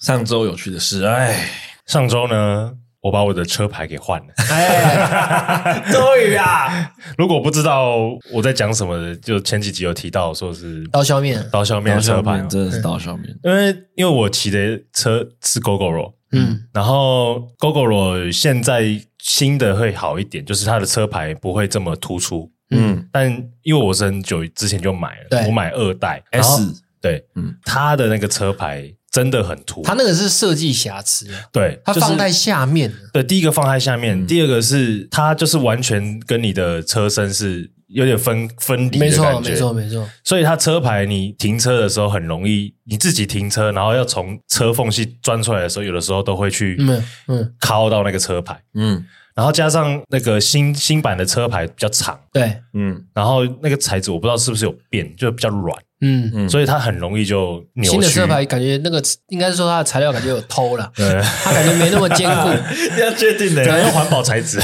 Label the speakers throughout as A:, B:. A: 上周有趣的事，哎，
B: 上周呢，我把我的车牌给换了。
C: 哎，终于啊，
B: 如果不知道我在讲什么的，就前几集有提到说是
C: 刀削面，
B: 刀削面车牌嘛，啊
A: 真的是到上面，
B: 因为因为我骑的车是 GoGoRo，
C: 嗯，
B: 然后 GoGoRo 现在新的会好一点，就是它的车牌不会这么突出。
A: 嗯
B: 但因为我是很久之前就买了，
C: 对
B: 我买二代然后
A: ，S
B: 对，
A: 嗯
B: 它的那个车牌真的很突，
C: 它那个是设计瑕疵，
B: 对
C: 它
B: 就是
C: 放在下面了，
B: 对，第一个放在下面，第二个是它就是完全跟你的车身是有点分分离的
C: 没错，
B: 感觉
C: 没错，没错，
B: 所以它车牌你停车的时候很容易，你自己停车，然后要从车缝隙钻出来的时候，有的时候都会去
C: 嗯嗯，
B: 敲到那个车牌，
A: 嗯
B: 然后加上那个新新版的车牌比较长，
C: 对，
A: 嗯
B: 然后那个材质我不知道是不是有变，就比较软，
C: 嗯，
A: 嗯
B: 所以它很容易就扭曲。
C: 新的车牌感觉那个应该是说它的材料感觉有偷了，
B: 对，
C: 它感觉没那么坚固。
A: 你要确定
B: 可能用环保材质。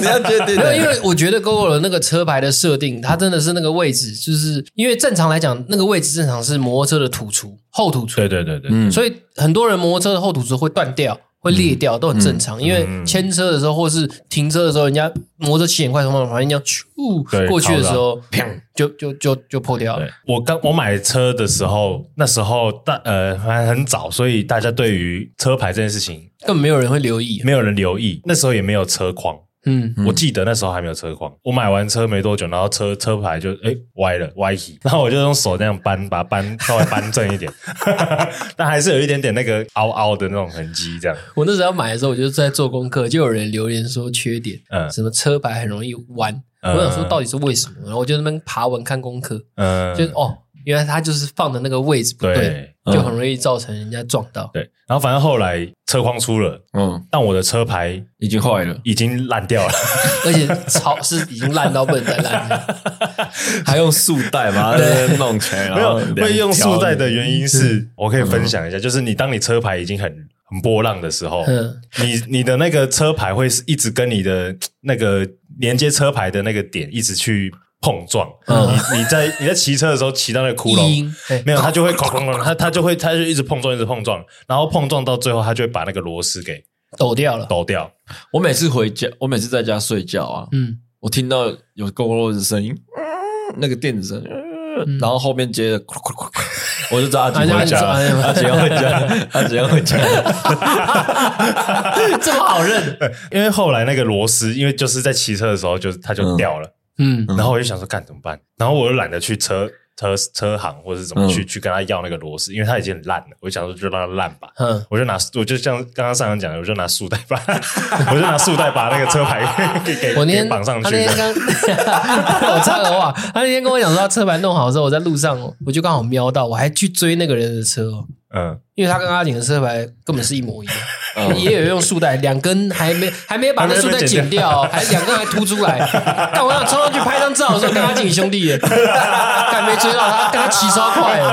A: 你要确定
C: 没有，因为我觉得 GoGo 的那个车牌的设定，它真的是那个位置，就是因为正常来讲，那个位置正常是摩托车的土厨后土厨
B: 对，对对对，
A: 嗯
C: 所以很多人摩托车的后土车会断掉、会裂掉，
B: 嗯
C: 都很正常。因为牵车的时候或是停车的时候，人家摩托车骑很快，从旁边这样
B: 对
C: 咻过去的时候，砰就就就就破掉了
B: 对。我刚我买车的时候，那时候大呃还很早，所以大家对于车牌这件事情
C: 根本没有人会留意。啊
B: 没有人留意，那时候也没有车况。
C: 嗯，
B: 我记得那时候还没有车况，我买完车没多久，然后车车牌就哎、歪了歪起， 然后我就用手那样扳，把它扳稍微扳正一点， 但还是有一点点那个凹凹的那种痕迹，这样
C: 我那时候要买的时候，我就在做功课，就有人留言说缺点，
B: 嗯
C: 什么车牌很容易弯。
B: 嗯
C: 我想说到底是为什么？然后我就在那边爬文看功课，
B: 嗯，
C: 就哦，原来它就是放的那个位置不对，
B: 对
A: 嗯
C: 就很容易造成人家撞到。
B: 对，然后反正后来车况出了，
A: 嗯，
B: 但我的车牌
A: 已经坏了，
B: 已经烂掉了，
C: 而且超是已经烂到不能再烂了。
A: 还用束带 把它弄起来，
B: 没有会用束带的原
A: 因，
C: 嗯
B: 因是，我可以分享一下，就是你当你车牌已经很很波浪的时候，
C: 嗯
B: 你你的那个车牌会是一直跟你的那个连接车牌的那个点一直去碰撞。
C: 嗯
B: 你你在你在骑车的时候骑到那个 窟
C: 一
B: 窿
C: 音，对
B: 没有，它就会哐哐哐，它它就会它就一直碰撞，一直碰撞，然后碰撞到最后，它就会把那个螺丝给
C: 抖掉了。
B: 抖掉。
A: 我每次回家，我每次在家睡觉啊，
C: 嗯，
A: 我听到有勾勾的声音，嗯那个电子声，嗯然后后面接着咕噜咕噜咕噜咕噜，我就知道阿
C: 哎
A: 杰回家
C: 哎
A: 了，
C: 哎
A: 阿杰要回家了，阿杰要回 家了。
C: 这么好认。
B: 因为后来那个螺丝，因为就是在骑车的时候就它就掉了，
C: 嗯
B: 然后我就想说干怎么办？然后我又懒得去车车车行或者是怎么去、
A: 嗯
B: 去跟他要那个螺丝，因为它已经很烂了，我就想说就让它烂吧。
C: 嗯，
B: 我就拿，我就像刚刚上人讲的，我就拿束带把， 我就拿束带把那个车牌 给给
C: 我那天
B: 给绑上
C: 他
B: 去
C: 那。天刚， 我插个话，他那天跟我讲说他车牌弄好的时候，我在路上哦我就刚好瞄到，我还去追那个人的车哦，
B: 嗯，
C: 因为他跟阿景的车牌根本是一模一样。
A: 嗯
C: 也有用束带，两根还没还没把那束带剪掉哦，还两根还凸出来。但我想冲上去拍张照的时候，跟阿景兄弟耶，还没追到他，跟他骑超快哦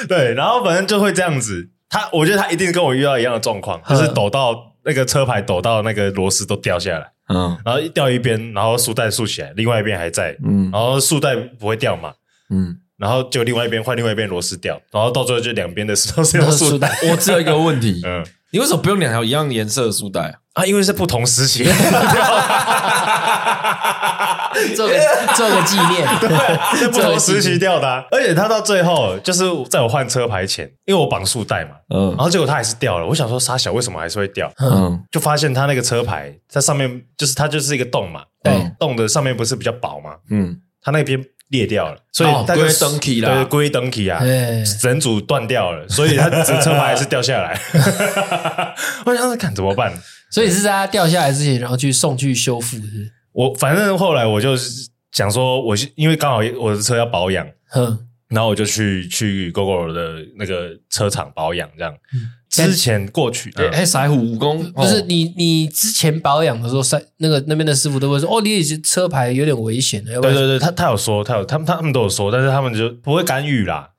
C: 耶。
B: 对，然后反正就会这样子。他，我觉得他一定跟我遇到一样的状况，
C: 嗯
B: 就是抖到那个车牌抖到那个螺丝都掉下来，
A: 嗯
B: 然后一掉一边，然后束带束起来，另外一边还在，
A: 嗯
B: 然后束带不会掉嘛，
A: 嗯，
B: 然后就另外一边换另外一边螺丝掉，然后到最后就两边的都是用
C: 都是
B: 束
C: 束
B: 带。
C: 带，
A: 我只有一个问题，
B: 嗯
A: 你为什么不用两条一样颜色的束带？
B: 啊，因为是不同时期，
C: 做个做个纪念。
B: 是不同时期掉的 啊、而且他到最后就是在我换车牌前，因为我绑束带嘛，
A: 嗯
B: 然后结果他还是掉了。我想说沙小为什么还是会掉？
A: 嗯
B: 就发现他那个车牌在上面，就是它就是一个洞嘛，
C: 对，
B: 洞的上面不是比较薄嘛，
A: 嗯，
B: 它那边裂掉了，所以
A: 哦
B: 它就
A: 龟登起啦
B: 对，龟登起啊，
C: 哎
B: 整组断掉了，所以它整车牌还是掉下来。 我想说看怎么办？
C: 所以是在它掉下来之前，然后去送去修复，是不是？
B: 我反正后来我就是想说，我是因为刚好我的车要保养，
C: 哼，
B: 然后我就去去 GoGo 的那个车厂保养，这样。
A: 嗯
B: 之前过去，
A: 哎哎，彩虎武功哦
C: 不是你你之前保养的时候，塞那个那边的师傅都会说，哦，你已经车牌有点危险了，啊要不
B: 对
C: 然
B: 对对，他他有说，他有他们他们都有说，但是他们就不会干预 啦。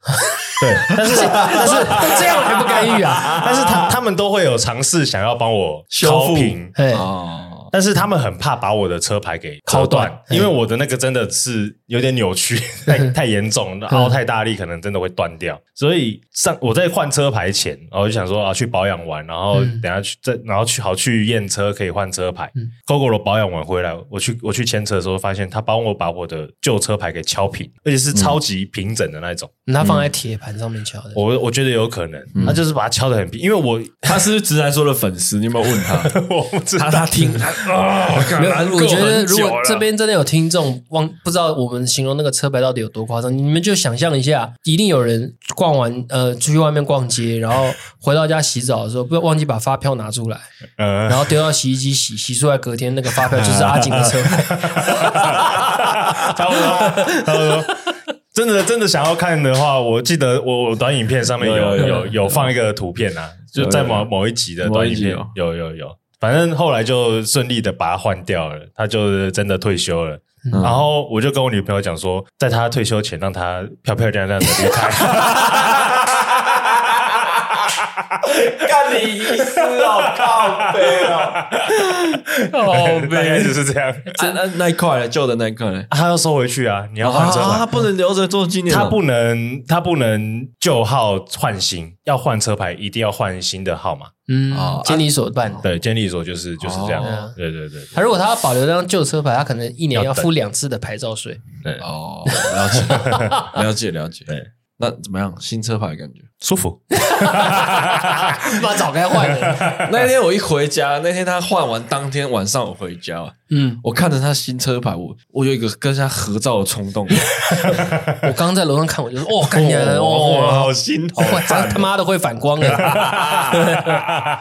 B: 对，但是但是
C: 都这 样还不干预啊？
B: 但是他他们都会有尝试想要帮我
A: 修复
B: 平，
C: 哎，
A: 哦。
C: 哦，
B: 但是他们很怕把我的车牌给
C: 敲
B: 敲
C: 断
B: 断，因为我的那个真的是有点扭曲，太 太严重，凹太大力可能真的会断掉。所以上我在换车牌前，然后我就想说啊，去保养完，然后
C: 嗯
B: 等下去再，然后去好去验车可以换车牌
C: 嗯。
B: GoGo 的保养完回来，我去我去签车的时候，发现他帮我把我的旧车牌给敲平，而且是
C: 嗯
B: 超级平整的那种。
C: 它放在铁盘上面敲的。
A: 嗯
B: 我我觉得有可能，
C: 嗯
B: 他就是把它敲得很平，因为我
A: 他是不是直男说的粉丝，你有没有问他？
B: 我不知道
A: 他他听 他啊，
C: 没有，
A: 干
C: 我觉得如
A: 够很
C: 果
A: 久了
C: 这边真的有听众忘，不知道我们形容那个车牌到底有多夸张，你们就想象一下，一定有人逛完呃出去外面逛街，然后回到家洗澡的时候，不要忘记把发票拿出 来，
B: 呃
C: 然后丢到洗衣机洗，洗出来隔天那个发票就是阿景的 车牌。
B: 差不多，差不多。真的真的想要看的话，我记得我我短影片上面有
A: 有
B: 有
A: 有
B: 有放一个图片啊，就在某
A: 有有
B: 某一集的
A: 某
B: 短
A: 一
B: 影
A: 集哦
B: 片，有有有。反正后来就顺利的把它换掉了，他就真的退休了。
A: 嗯
B: 然后我就跟我女朋友讲说，在他退休前，让他漂漂亮亮的离 开。
A: 干你医师哦，靠背哦，
C: 哦，
B: 大概就是这样。
A: 真的啊那一块了，旧的那一块了，
B: 他要收回去啊！你要换车牌
A: 啊，不能留着做纪念哦，
B: 他不能，他不能旧号换新，要换车牌一定要换新的号码。
C: 嗯
A: 哦，
C: 监理所办的。
B: 对，监理所就是就是这样。
C: 哦
B: 对对对
C: 他如果他要保留那张旧车牌，他可能一年
B: 要
C: 要
B: 等
C: 付两次的牌照 税。
B: 对，对
A: 哦，了 解了解了解，
B: 对，
A: 那怎么样？新车牌感觉？
B: 舒服。
C: 那早该换了。
A: 那天我一回家，那天他换完当天晚上我回家，
C: 嗯，
A: 我看着他新车牌，我我有一个跟他合照的冲 动，
C: 我刚在楼上看，我就说，哦，看起
B: 哇
C: 来哦，
B: 好心
C: 哦
B: 痛。
C: 他他妈的会反光 哎。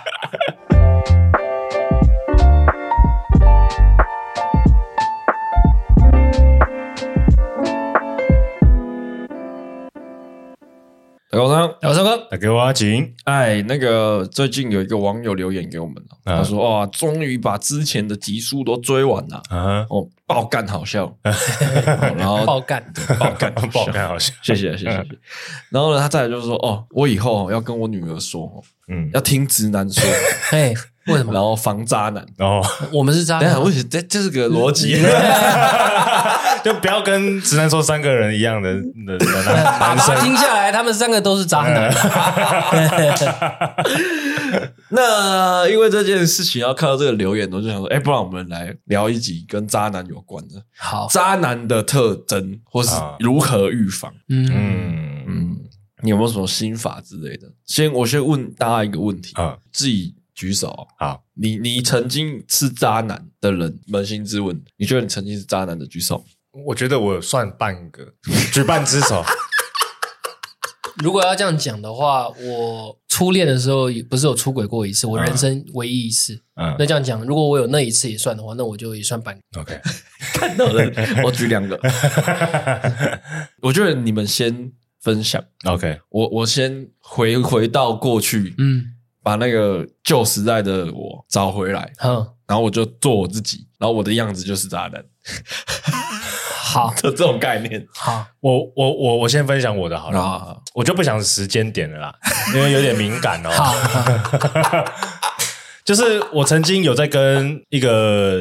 A: 老张，
C: 老三哥，
B: 打给我阿锦，
A: 哎，那个最近有一个网友留言给我们了，
B: 啊
A: 他说：“哇，终于把之前的集数都追完了，
B: 啊，
A: 哦，爆干好 笑。哦”然后
C: 爆干。
A: 爆干
B: 爆肝好笑。
A: 谢谢谢谢谢
B: 嗯
A: 谢。然后呢，他再来就是说：“哦，我以后要跟我女儿说，哦
B: 嗯，
A: 要听直男 说，
C: 哎，为什
A: 然
C: 么？
A: 后防渣男。哎
B: 然后
C: 我们是渣
A: 等一
C: 男
A: 下，。为什么这这是个逻辑？
B: 嗯就不要跟直男说三个人一样的的的 男
C: 爸
B: 男
C: 爸
B: 生。
C: 听下来，他们三个都是渣男。
A: 那因为这件事情，要看到这个留言，我就想说，哎，不然我们来聊一集跟渣男有关的，
C: 好，
A: 渣男的特征，或是
B: 哦啊
A: 如何预防。
C: 嗯，
B: 嗯
A: 嗯，你有没有什么心法之类的？先，我先问大家一个问题，
B: 啊，
A: 自己举手哦。
B: 好，
A: 你你曾经是渣男的人，扪心自问，你觉得你曾经是渣男的举 手？
B: 嗯我觉得我算半个，举半只 手。
C: 如果要这样讲的话，我初恋的时候也不是有出轨过一次，我人生唯一一次。
B: 嗯
C: 那这样讲，如果我有那一次也算的话，那我就也算半个。
B: ，OK，
A: 看到人，我举两个。我觉得你们先分享，
B: OK，
A: 我我先回回到过去，
C: 嗯，
A: 把那个旧时代的我找回来，
C: 嗯好，
A: 然后我就做我自己，然后我的样子就是渣男
C: 好，
A: 的这种概念
C: 好，
B: 我我我我先分享我的好了，
A: 啊。
B: 我就不想时间点了啦，因为有点敏感哦。
C: 好，好
B: 就是我曾经有在跟一个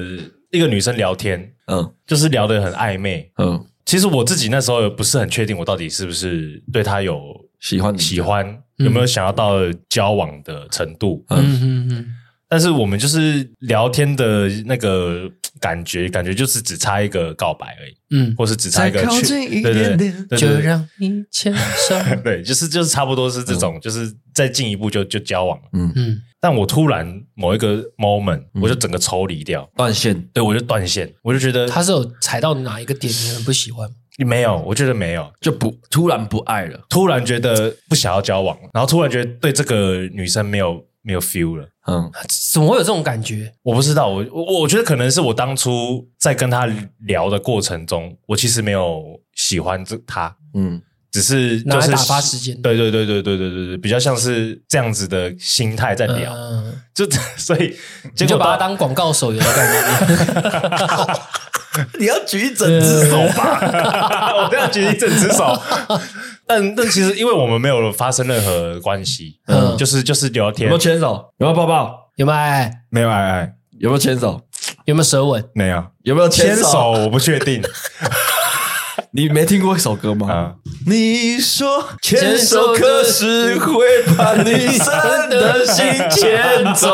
B: 一个女生聊天，
A: 嗯
B: 就是聊得很暧昧。
A: 嗯，
B: 其实我自己那时候也不是很确定，我到底是不是对她有
A: 喜欢你
B: 喜欢，有没有想要到交往的程度。
C: 嗯嗯嗯，
B: 但是我们就是聊天的那个感觉，感觉就是只差一个告白而已，
C: 嗯，
B: 或是只差一个确，对对对对对
C: 就
B: 对
C: 让你牵手。
B: 对，就是就是差不多是这种，就是再进一步就就交往了。
C: 嗯，
B: 但我突然某一个 moment，
A: 嗯
B: 我就整个抽离掉，
A: 断线，
B: 对我就断线，我就觉得
C: 他是有踩到哪一个点你很不喜欢吗？
B: 没有，我觉得没有，
A: 就不突然不爱了。
B: 突然觉得不想要交往，然后突然觉得对这个女生没有没有 feel 了。
A: 嗯
C: 怎么会有这种感觉？
B: 我不知道，我我我觉得可能是我当初在跟她聊的过程中，我其实没有喜欢这她，
A: 嗯
B: 只是
C: 拿
B: 就
C: 来
B: 是
C: 打发时间
B: 对对对对对对对对，比较像是这样子的心态在聊，
C: 嗯，
B: 就 所以结果
C: 你就把它
B: 到
C: 当广告手游的概念。
A: 你要举一整只手吧？
B: 我这样举一整只手。但但其实，因为我们没有发生任何关系，
C: 嗯
B: 就是就是聊
A: 有
B: 天
A: 没有，牵手？有没有抱抱？
C: 有没有？哎
B: 没有爱爱，哎
A: 有没有牵手？
C: 有没有舌吻？
B: 没有
A: 有没有
B: 牵手
A: 手？
B: 我不确 定
A: 你没听过一首歌吗？
B: 啊，
A: 你说牵手可是会把女生的心牵走，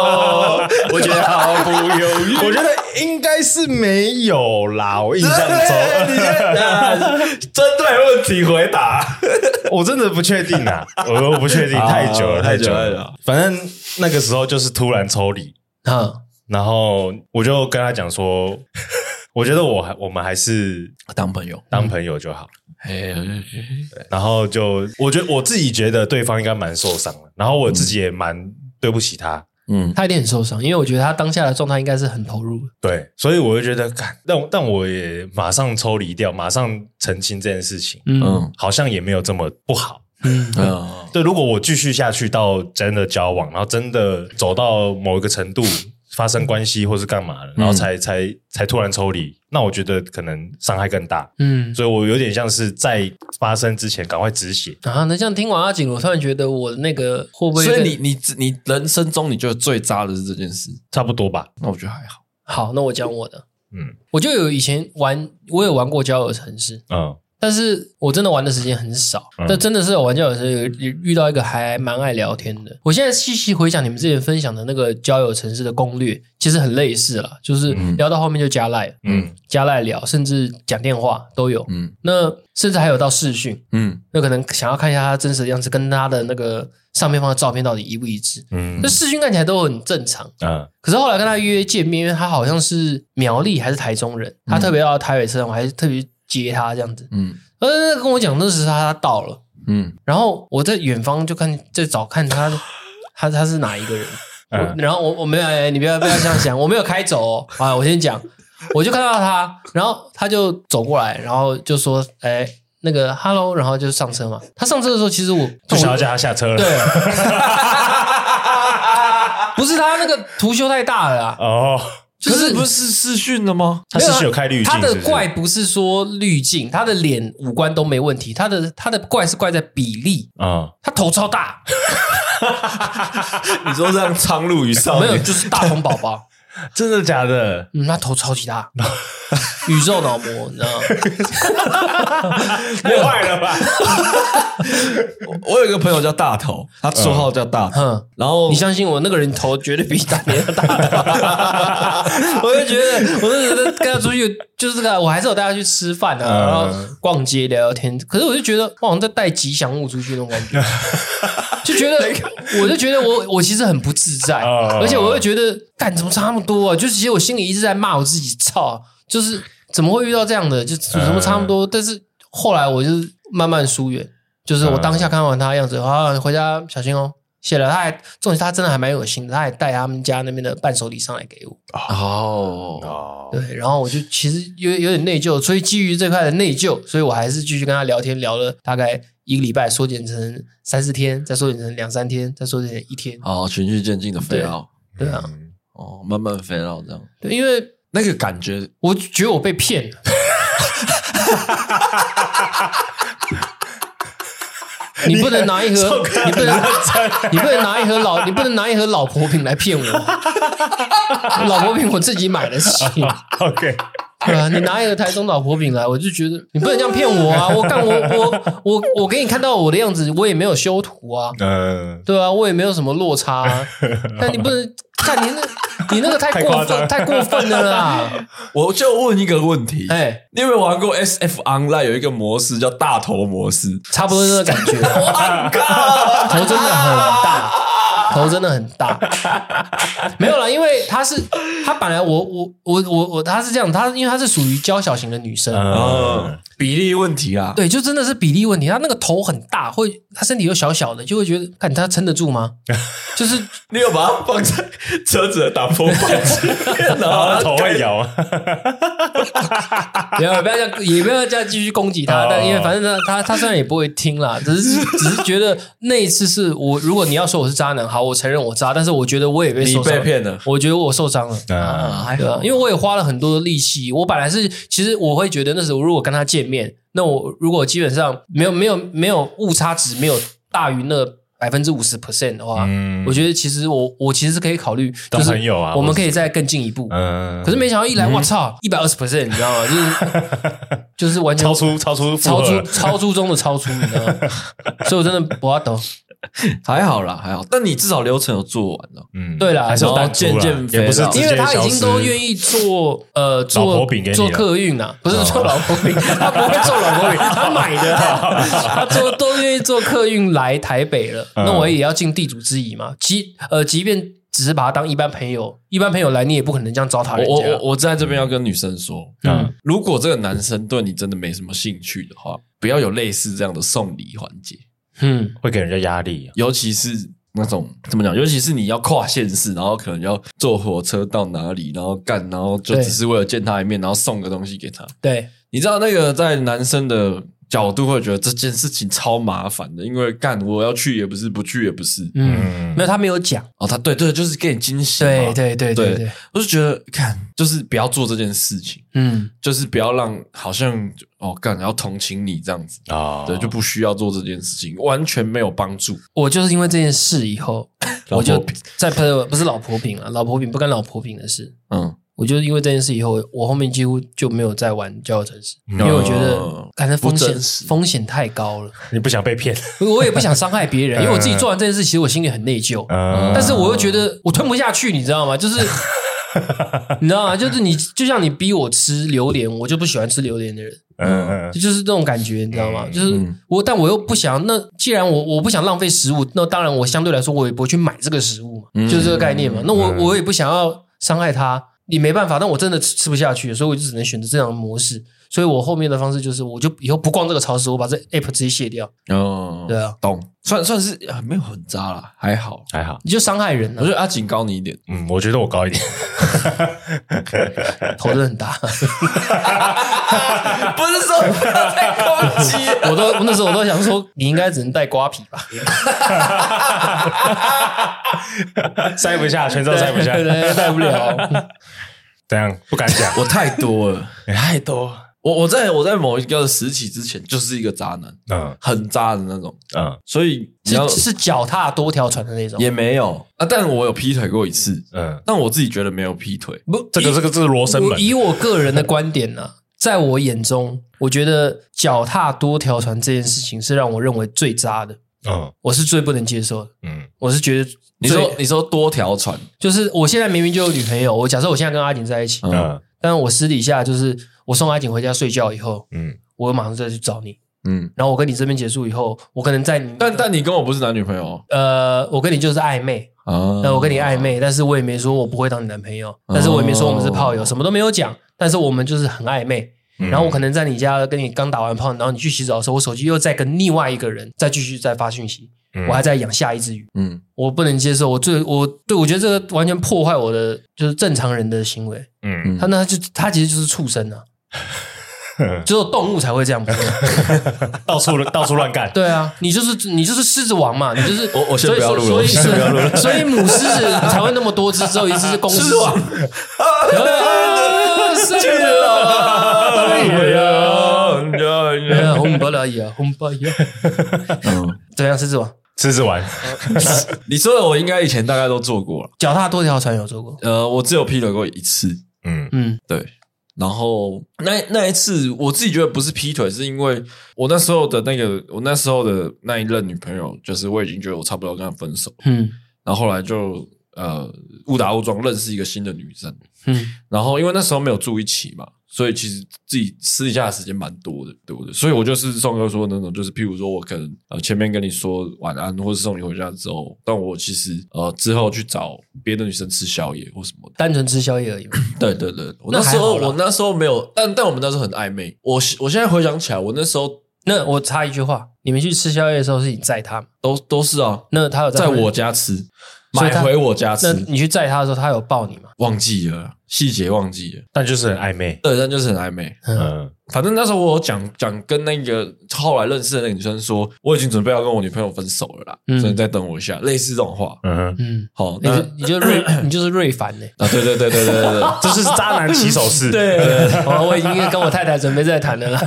A: 我觉得毫不犹豫。
B: 我觉得应该是没有啦，我印象
A: 对
B: 中
A: 你看 啊针对问题回答，
B: 我真的不确定啊，我我不确定，
A: 好
B: 太久了，
A: 太
B: 太
A: 久
B: 久
A: 了
B: 了，反正那个时候就是突然抽离，
C: 啊，
B: 然后我就跟他讲说，我觉得我还我们还是
A: 当朋友。
C: 嗯
B: 当朋友就好。
A: 哎，
B: 然后就我觉得我自己觉得对方应该蛮受伤的，然后我自己也蛮对不起他。
A: 嗯，
C: 他一定很受伤，因为我觉得他当下的状态应该是很投入的。
B: 对，所以我就觉得，干但但我也马上抽离掉，马上澄清这件事情，
C: 嗯
A: 嗯
B: 好像也没有这么不好。
C: 嗯
A: 嗯，
B: 对，如果我继续下去到真的交往，然后真的走到某一个程度，发生关系或是干嘛
C: 嗯
B: 了，然后才、才才突然抽离，那我觉得可能伤害更大。
C: 嗯
B: 所以我有点像是在发生之前赶快止血。
C: 啊，那这样听完阿景，我突然觉得我那个会不会
A: 所
C: 跟？
A: 以你你你人生中你觉得最渣的是这件事，
B: 差不多吧，
A: 那我觉得还好。
C: 好，那我讲我的，
B: 嗯
C: 我就有以前玩，我有玩过交友城市，
B: 嗯
C: 但是我真的玩的时间很少
B: 嗯。
C: 那、真的是我玩交友城市有有遇到一个还蛮爱聊天的。我现在细细回想你们之前分享的那个交友城市的攻略，其实很类似啦，就是
A: 嗯
C: 聊到后面就加赖、
B: 嗯
C: 加赖聊，甚至讲电话都有。
A: 嗯
C: 那甚至还有到视讯，
A: 嗯
C: 那可能想要看一下他真实的样子，跟他的那个上面放的照片到底一不一致。
B: 嗯
C: 那视讯看起来都很正常，
B: 嗯
C: 可是后来跟他约见面，因为他好像是苗栗还是台中人，他特别到台北车站，我还是特别去接他这样子。
A: 嗯
C: 呃，跟我讲那时他到了，
A: 嗯，
C: 然后我在远方就看在找看他，他他是哪一个人。我
B: 嗯
C: 然后我我没有，哎你不要不要这样想，我没有开走哦。啊，我先讲，我就看到他，然后他就走过来，然后就说：“哎，那个 hello。”然后就上车嘛。他上车的时候，其实我
B: 就想要叫他下车了。
C: 对，不是他那个图修太大了啊，
B: 哦，
C: 就
A: 可
C: 是啊
A: 是不是视讯的吗？
B: 他是有开滤镜，
C: 他
B: 是
C: 的
B: 不是
C: 怪不是说滤镜，他的脸五官都没问题，他的他的怪是怪在比例，
B: 啊，
C: 他头 超大，
A: 你说让苍鹭与
B: 哦
A: 少
C: 没有就是大红宝宝，
B: 真的假的？
C: 嗯，他头超级 大，宇宙脑膜，你知道吗？
B: 太坏了吧？
A: 我有一个朋友叫大头，他绰号叫大头，
C: 哼，
A: 然后
C: 你相信我，那个人头绝对比大别人大的， 我就觉得，我就觉得跟他出去就是这个，我还是有带他去吃饭啊，
B: 嗯
C: 然后逛街聊聊天。可是我就觉得，我好像在带吉祥物出去那种感觉，就觉得，我就觉得我我其实很不自在，
B: 嗯
C: 而且我又觉得，干怎么差那么多啊？就其实我心里一直在骂我自己，操，就是怎么会遇到这样的，就怎么差那么多？但是后来我就是慢慢疏远。就是我当下看完他的样子，啊，回家小心哦。谢了，他还重点是他真的还蛮有心的，他还带他们家那边的伴手礼上来给我。
A: 哦，
B: 哦，
C: 对，然后我就其实有有点内疚，所以基于这块的内疚，所以我还是继续跟他聊天，聊了大概一个礼拜，缩减成三四天，再缩减成两三天，再缩减成一天。
A: 好，哦循序渐进的肥料，
C: 对啊，
A: 哦，慢慢肥料这样，
C: 对，因为
A: 那个感觉
C: 我觉得我被骗 了。你不能拿一盒，你不能，你不能拿一盒老，你不能拿一盒老婆饼来 骗我。老婆饼我自己买得起，
B: ，OK，
C: 对啊，你拿一盒台中老婆饼来，我就觉得你不能这样骗我 啊！我干我我我我给你看到我的样子，我也没有修图啊，
B: 嗯，
C: 对啊，我也没有什么落差、 啊。但你不能看你那，你那个太过分，太过分了啦！
A: 我就问一个问题，
C: 哎、
A: 你有没有玩过 SF Online 有一个模式叫大头模式？
C: 差不多这个感觉。头真的很大，头真的很大。没有啦，因为她是她本来我我我我我她是这样，她因为她是属于娇小型的女生，
B: 嗯
A: 哦，比例问题啊，
C: 对，就真的是比例问题。她那个头很大，会她身体又小小的，就会觉得，看她撑得住 吗？就是
A: 你有把它放在车子的挡风板 前面，然
B: 他
A: 后
B: 头会摇，啊
C: 不要不要这样，也不要这样继续攻击她。
B: 哦
C: 但因为反正她她她虽然也不会听啦，只是只是觉得那一次是我，如果你要说我是渣男，好，我承认我渣，但是我觉得我也被
A: 你
C: 受伤
A: 被骗了
C: 我觉得我受伤了。
B: 嗯，
A: 啊，还
C: 对啊，因为我也花了很多的力气。我本来是，其实我会觉得那时候如果跟他见面，那我如果基本上没有没有没有误差值没有大于那百分之五十 percent 的话，
B: 嗯
C: 我觉得其实我我其实是可以考虑，
B: 当
C: 就是
B: 朋友啊
C: 我们
B: 或是
C: 可以再更进一步。
B: 嗯，
C: 可是没想到一来，我操，一百二十 percent，你知道吗？就是 就是完全
B: 超出超出负
C: 超
B: 荷
C: 出
B: 了
C: 超出中的超出，你知道吗？所以我真的不要懂。
B: 嗯
A: 还好啦，还好。但你至少流程有做完了，
B: 嗯，
C: 对啦
B: 还是有
A: 然后
B: 淡出
A: 渐
B: 啦
A: 渐肥
B: 也不是
A: 了
B: 直
C: 因
B: 接
C: 为他已
B: 消
C: 经
B: 失
C: 都愿意做呃
B: 老
C: 做
B: 婆饼给你
C: 做
B: 了哦
C: 客运啊，不是做老婆 饼，他不会做老婆饼，他买的啊， 他做都愿意做客运来台北了，
B: 嗯
C: 那我也要尽地主之谊嘛，即呃即便只是把他当一般朋友，一般朋友来你也不可能这样糟蹋
A: 我
C: 人
A: 我
C: 家
A: 我，我在这边要跟女生说，
B: 嗯
A: 如果这个男生对你真的没什么兴趣的话，不要有类似这样的送礼环节，
C: 嗯
B: 会给人家压力啊，
A: 尤其是那种怎么讲，尤其是你要跨县市，然后可能要坐火车到哪里，然后干，然后就
C: 对
A: 只是为了见他一面，然后送个东西给他。
C: 对，
A: 你知道那个在男生的角度会觉得这件事情超麻烦的，因为干我要去也不是，不去也不是。
C: 嗯，
B: 嗯
C: 没，有他没有讲，
A: 哦，他对对，就是给你惊喜嘛。
C: 对对对对对，
A: 我就觉得看，就是不要做这件事情，
C: 嗯
A: 就是不要让好像哦干，然后同情你这样子。
B: 啊，
C: 哦
A: 对，就不需要做这件事情，完全没有帮助。
C: 我就是因为这件事以后，
A: 老婆
C: 我就
A: 饼
C: 在朋友不是老婆饼啊，老婆饼不干老婆饼的事。
A: 嗯，
C: 我就是因为这件事以后，我后面几乎就没有再玩交友城市，
B: 嗯
C: 因为我觉得
A: 嗯
C: 感觉风
A: 不
C: 险
A: 真实
C: 风险太高了，
B: 你不想被骗，
C: 我也不想伤害别 人，因为我自己做完这件事，其实我心里很内疚，
B: 嗯
C: 但是我又觉得我吞不下去，你知道吗？ 就是你知道吗？就是你就像你逼我吃榴莲，我就不喜欢吃榴莲的人，
B: 嗯嗯
C: 就就是这种感觉，你知道吗？就是
A: 嗯
C: 我，但我又不想。那既然我我不想浪费食物，那当然我相对来说我也不会去买这个食物嘛，
A: 嗯
C: 就是这个概念嘛。那我
B: 嗯
C: 我也不想要伤害他，也没办法。但我真的吃吃不下去，所以我就只能选择这样的模式。所以我后面的方式就是，我就以后不逛这个超市，我把这 app 直接卸掉。
A: 哦，
C: 对啊，
A: 懂，算算是啊没有很渣啦，还好。
B: 还好，
C: 你就伤害人
A: 我
C: 了、
A: 觉得阿锦高你一点，
B: 嗯，我觉得我高一点，
C: 头真的很 大。
A: 不是说不要再攻击了。
C: 我都我那时候我都想说，你应该只能带瓜皮 吧，
B: 塞不下，全都塞不下，
C: 带不了。
B: 怎样？不敢讲，
A: 我太多了，
B: 你太多，
A: 我我在我在某一个时期之前就是一个渣男，
B: 嗯
A: 很渣的那种，
B: 嗯
A: 所以你要
C: 是是脚踏多条船的那种。
A: 也没有啊，但我有劈腿过一次，
B: 嗯，
A: 但我自己觉得没有劈腿，
C: 不，
B: 这个这个这是罗生
C: 我
B: 门，
C: 以我个人的观点呢、啊 在我眼中，我觉得脚踏多条船这件事情是让我认为最渣的，
B: 嗯
C: 我是最不能接受的。
B: 嗯
C: 我是觉得最，
A: 你说你说多条船，
C: 就是我现在明明就有女朋友，我假设我现在跟阿锦在一起，
A: 嗯
B: 嗯
C: 但我私底下就是我送阿锦回家睡觉以后，
B: 嗯，
C: 我马上再去找你，
A: 嗯，
C: 然后我跟你这边结束以后，我可能在你
A: 但但你跟我不是男女朋友哦
C: 呃，我跟你就是暧昧，
A: 啊，
C: 那我跟你暧
B: 哦
C: 昧，但是我也没说我不会当你男朋友，但是我也没说我们是炮友，
A: 哦
C: 什么都没有讲，但是我们就是很暧昧。
B: 嗯
C: 然后我可能在你家跟你刚打完炮，然后你去洗澡的时候，我手机又在跟另外一个人再继续再发讯息，
B: 嗯
C: 我还在养下一只鱼，
A: 嗯，
C: 我不能接受，我最我对我觉得这个完全破坏我的就是正常人的行为，
B: 嗯
C: 他那他就他其实就是畜 生啊，只有动物才会这样不是吗
B: 到处到处乱干，
C: 对啊，你就是你就是狮子王嘛，你就是
A: 我我先
C: 所以
A: 不要录了
C: 所以
A: 我先不要录
C: 所以母狮子才会那么多只，只有一只是公狮子王。啊是啊 哎呀哎呀红不拉呀，红不呀，
A: 嗯，
C: 怎样狮子王？
B: 吃吃完，
A: 你说的我应该以前大概都做过了，
C: 脚踏多条船有做过？
A: 呃，我只有劈腿过一次，
B: 嗯
C: 嗯
A: 对。然后那那一次，我自己觉得不是劈腿，是因为我那时候的那个，我那时候的那一任女朋友，就是我已经觉得我差不多要跟她分手了，
C: 嗯
A: 然后后来就呃误打误撞认识一个新的女生，
C: 嗯
A: 然后因为那时候没有住一起嘛，所以其实自己私底下的时间蛮多的，对不对？所以我就是宋哥说的那种，就是譬如说我可能呃前面跟你说晚安，或是送你回家之后，但我其实呃之后去找别的女生吃宵夜或什么的。
C: 单纯吃宵夜而已嘛。
A: 对对对，我
C: 那
A: 那
C: 还
A: 时候
C: 好啦
A: 我那时候没有，但但我们那时候很暧昧。我我现在回想起来，我那时候
C: 那我插一句话，你们去吃宵夜的时候是你载他吗？
A: 都都是啊，
C: 那他有
A: 在
C: 旁边
A: 我？家吃，
C: 所以他
A: 买回我家
C: 那
A: 吃，
C: 你去载他的时候，他有抱你吗？
A: 忘记了。细节忘记了，
B: 但就是很暧昧。
A: 对，但就是很暧昧。
B: 嗯，
A: 反正那时候我有讲讲跟那个后来认识的那个女生说，我已经准备要跟我女朋友分手了啦，
C: 嗯
A: 所以你再等我一下，类似这种话。
B: 嗯哼，
C: 嗯，
A: 好，
C: 你
A: 那
C: 就你就瑞你就是瑞凡呢、
A: 啊，对对对对对对 对。
B: 这是渣男起手式。
C: 对， 哦我我已经跟我太太准备在谈 了啦。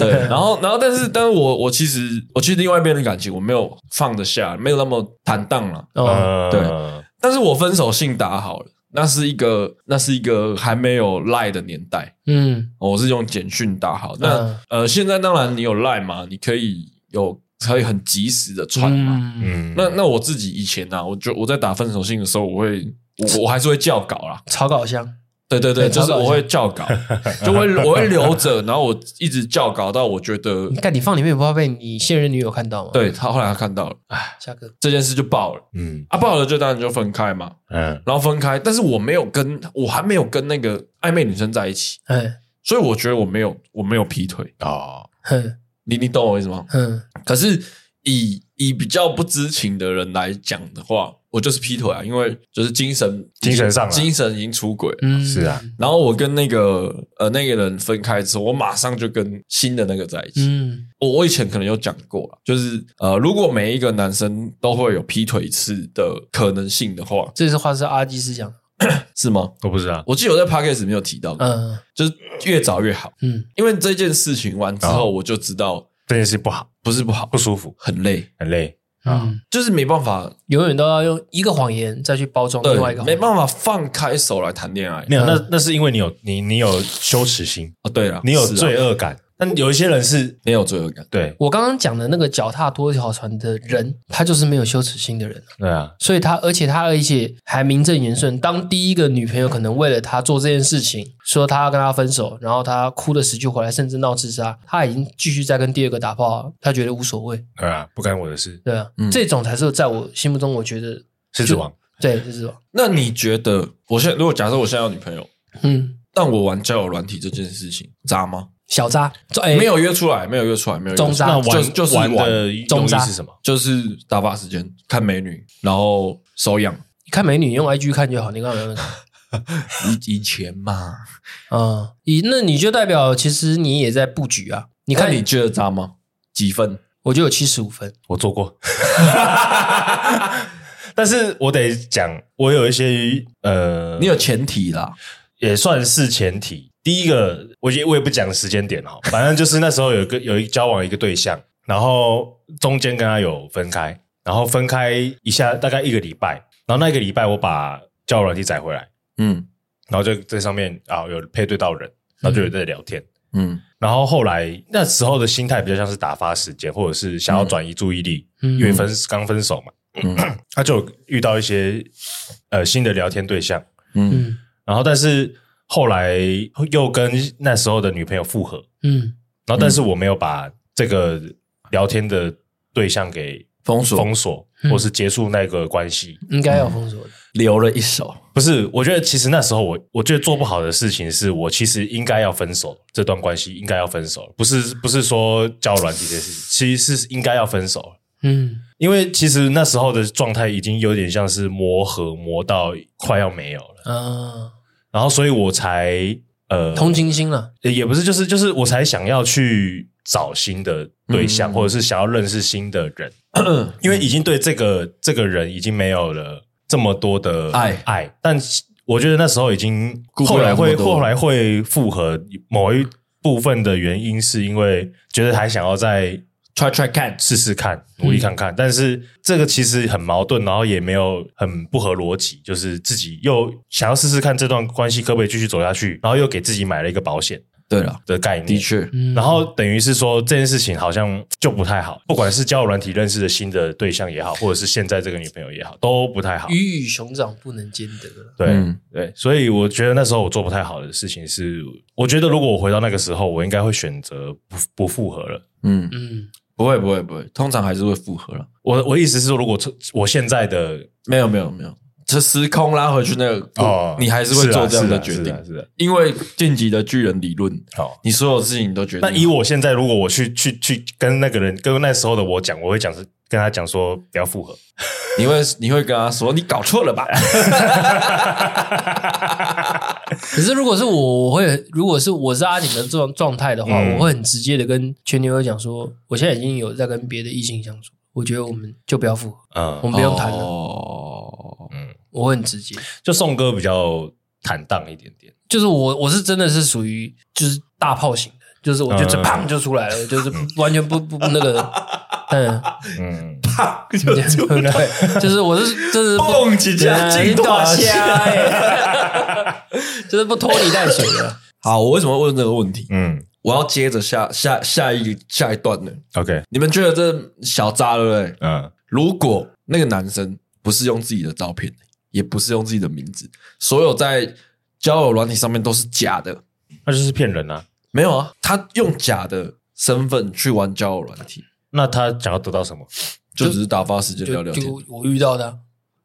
A: 对，然后，然后，但是，但是我，我其实，我其实另外一边的感情，我没有放得下，没有那么坦荡了。
C: 哦，
B: 嗯，
A: 对但是我分手信打好了，那是一个，那是一个还没有赖的年代，
C: 嗯
A: 哦我是用简讯打好。那、
C: 嗯
A: 呃，现在当然你有赖嘛，你可以有，可以很及时的传嘛。
C: 嗯，
B: 嗯，
A: 那那我自己以前啊，我就我在打分手信的时候，我会我我还是会校稿啦，
C: 草稿箱，
A: 对对对，
C: 对
A: 就是
C: 草稿
A: 我
C: 箱
A: 会校稿，就会我会留着，然后我一直校稿到我觉得
C: 你，看你放里面也不怕被你现任女友看到吗？，
A: 对他后来他看到了
C: 下课。
A: 这件事就爆了
B: 嗯
A: 啊，爆了就当然就分开嘛，
B: 嗯
A: 然后分开，但是我没有跟我还没有跟那个暧昧女生在一起，
C: 嗯
A: 所以我觉得我没有我没有劈腿，
B: 哦，
C: 哼
A: 你你懂我意思吗？
C: 哼，
A: 可是以以比较不知情的人来讲的话，我就是劈腿啊，因为就是精神
B: 精神上了
A: 精神已经出轨了。
C: 嗯，
B: 是啊，
A: 然后我跟那个呃那个人分开之后，我马上就跟新的那个在一起。
C: 嗯
A: 我、我以前可能有讲过啦，就是呃，如果每一个男生都会有劈腿一次的可能性的话，
C: 这是话是阿基斯讲的，
A: 是吗？
B: 我不知道。
A: 我记得我在 podcast 没有提到过，
C: 嗯
A: 就是越早越好，
C: 嗯
A: 因为这件事情完之后，
B: 哦
A: 我就知道
B: 这件事不好，
A: 不是不好
B: 不，舒服，
A: 很累，
B: 很累。
C: 嗯，
A: 就是没办法，
B: 哦
C: 永远都要用一个谎言再去包装
A: 对
C: 另外一个，谎
A: 没
C: 言，
A: 办法放开手来谈恋爱。
B: 没有，那
C: 嗯
B: 那是因为你有你你有羞耻心，
A: 啊，对了，
B: 你有
A: 是啊
B: 罪，恶感。但有一些人是
A: 你有罪恶感，
B: 对
C: 我刚刚讲的那个脚踏多条船的人，他就是没有羞耻心的人，
B: 对啊，
C: 所以他而且他而且还名正言顺。当第一个女朋友可能为了他做这件事情，说他要跟他分手，然后他哭了死去活来，甚至闹自杀，他已经继续在跟第二个打炮，他觉得无所谓，
B: 对啊，不干我的事，
C: 对啊，
A: 嗯
C: 这种才是在我心目中我觉得
B: 狮子王。
C: 对，就是这种，
A: 那你觉得我现在如果假设我现在有女朋友，
C: 嗯，
A: 但我玩交友软体这件事情渣吗？
C: 小渣，哎
A: 没有约出来，没有约出来，没有约出来
C: 中渣
B: 那
A: 就
B: 玩
A: 就是
B: 玩
A: 玩
B: 的用
C: 中
B: 意
C: 渣
B: 是什么？
A: 就是打发时间，看美女，然后手痒。
C: 看美女用 IG 看就好，你干嘛要那个？
A: 以以前嘛，
C: 啊，你那你就代表其实你也在布局啊。
A: 你
B: 哎
C: 你看
A: 看你
C: 你，
A: 觉得渣吗？几分？
C: 我就有七十五分。
B: 我做过， 但是我得讲，我有一些呃，
A: 你有前提啦，
B: 也算是前提。第一个，我也我也不讲时间点哈，反正就是那时候有一个有一交往一个对象，然后中间跟他有分开，然后分开一下大概一个礼拜，然后那一个礼拜我把交友软体载回来，
A: 嗯
B: 然后就在上面啊有配对到人，然后就有在聊天。
A: 嗯，
B: 然后后来那时候的心态比较像是打发时间，或者是想要转移注意力，
C: 嗯
B: 因为分刚分手嘛， 他就有遇到一些呃新的聊天对象，
C: 嗯
B: 然后但是后来又跟那时候的女朋友复合，
C: 嗯
B: 然后但是我没有把这个聊天的对象给
A: 封锁
B: 封锁，或是结束那个关系。
C: 应该要封锁的。
A: 留了一手。
B: 不是，我觉得其实那时候我，我觉得做不好的事情是我其实应该要分手，这段关系应该要分手，不是不是说交友软体这件事情，其实是应该要分手，
C: 嗯
B: 因为其实那时候的状态已经有点像是磨合磨到快要没有了，
C: 啊，
B: 然后所以我才呃
C: 同情心了。
B: 也不是，就是就是我才想要去找新的对象，
A: 嗯
B: 或者是想要认识新的人，因为已经对这个这个人已经没有了这么多的
A: 爱
B: 爱，但我觉得那时候已经
A: 顾不
B: 后
A: 了
B: 来
A: 那么
B: 会
A: 多
B: 后来会复合，某一部分的原因是因为觉得还想要再
A: try try 看，
B: 试试看，努力看看。
A: 嗯
B: 但是这个其实很矛盾，然后也没有很不合逻辑，就是自己又想要试试看这段关系可不可以继续走下去，然后又给自己买了一个保险
A: 对了，
B: 的概念。
A: 的确，
C: 嗯，
B: 然后等于是说这件事情好像就不太好，不管是交友软体认识的新的对象也好，或者是现在这个女朋友也好，都不太好。
C: 鱼与熊掌不能兼得了。
B: 对、
A: 嗯
B: 对，所以我觉得那时候我做不太好的事情是，我觉得如果我回到那个时候，我应该会选择不不复合了。
A: 嗯，
C: 嗯
A: 不会不会不会，通常还是会复合了。
B: 我我意思是说，如果这我现在的
A: 没有没有没有，这时空拉回去那个步，
B: 哦，
A: 你还是会
B: 啊
A: 做这样的
B: 是啊
A: 决
B: 是
A: 定
B: 啊，是的。
A: 因为晋级的巨人理论，
B: 好，
A: 你所有事情都决定
B: 那
A: 好。
B: 以我现在，如果我去去去跟那个人，跟那时候的我讲，我会讲是跟他讲说不要复合。
A: 你会你会跟他说你搞错了吧？
C: 可是如果是我，我会如果是我是阿景的状状态的话，
B: 嗯
C: 我会很直接的跟前女友讲说，我现在已经有在跟别的异性相处，我觉得我们就不要复合，我
B: 嗯，
C: 们不用谈了。
A: 哦，
C: 我会很直接，
B: 就宋哥比较坦荡一点点。
C: 就是我我是真的是属于就是大炮型的，就是我就是
B: 嗯
C: 砰就出来了，就是完全不不不那个，嗯，
B: 嗯，
A: 啪就出来，
C: 对，就是我是真的是不。
A: 蹦几下
C: 对啊
A: 进
C: 你大
A: 大
C: 虾
A: 虾。
C: 欸 就是不拖泥带水的。
A: 好，我为什么会问这个问题？
B: 嗯
A: 我要接着下下下一下一段呢？
B: ，OK，
A: 你们觉得这小渣对不对？
B: 嗯，
A: 如果那个男生不是用自己的照片，也不是用自己的名字，所有在交友软体上面都是假的，
B: 那就是骗人啊。
A: 没有啊？他用假的身份去玩交友软体，
B: 那他想要得到什么？
A: 就只是打发时间聊
C: 就
A: 聊
C: 就
A: 天，
C: 我遇到的啊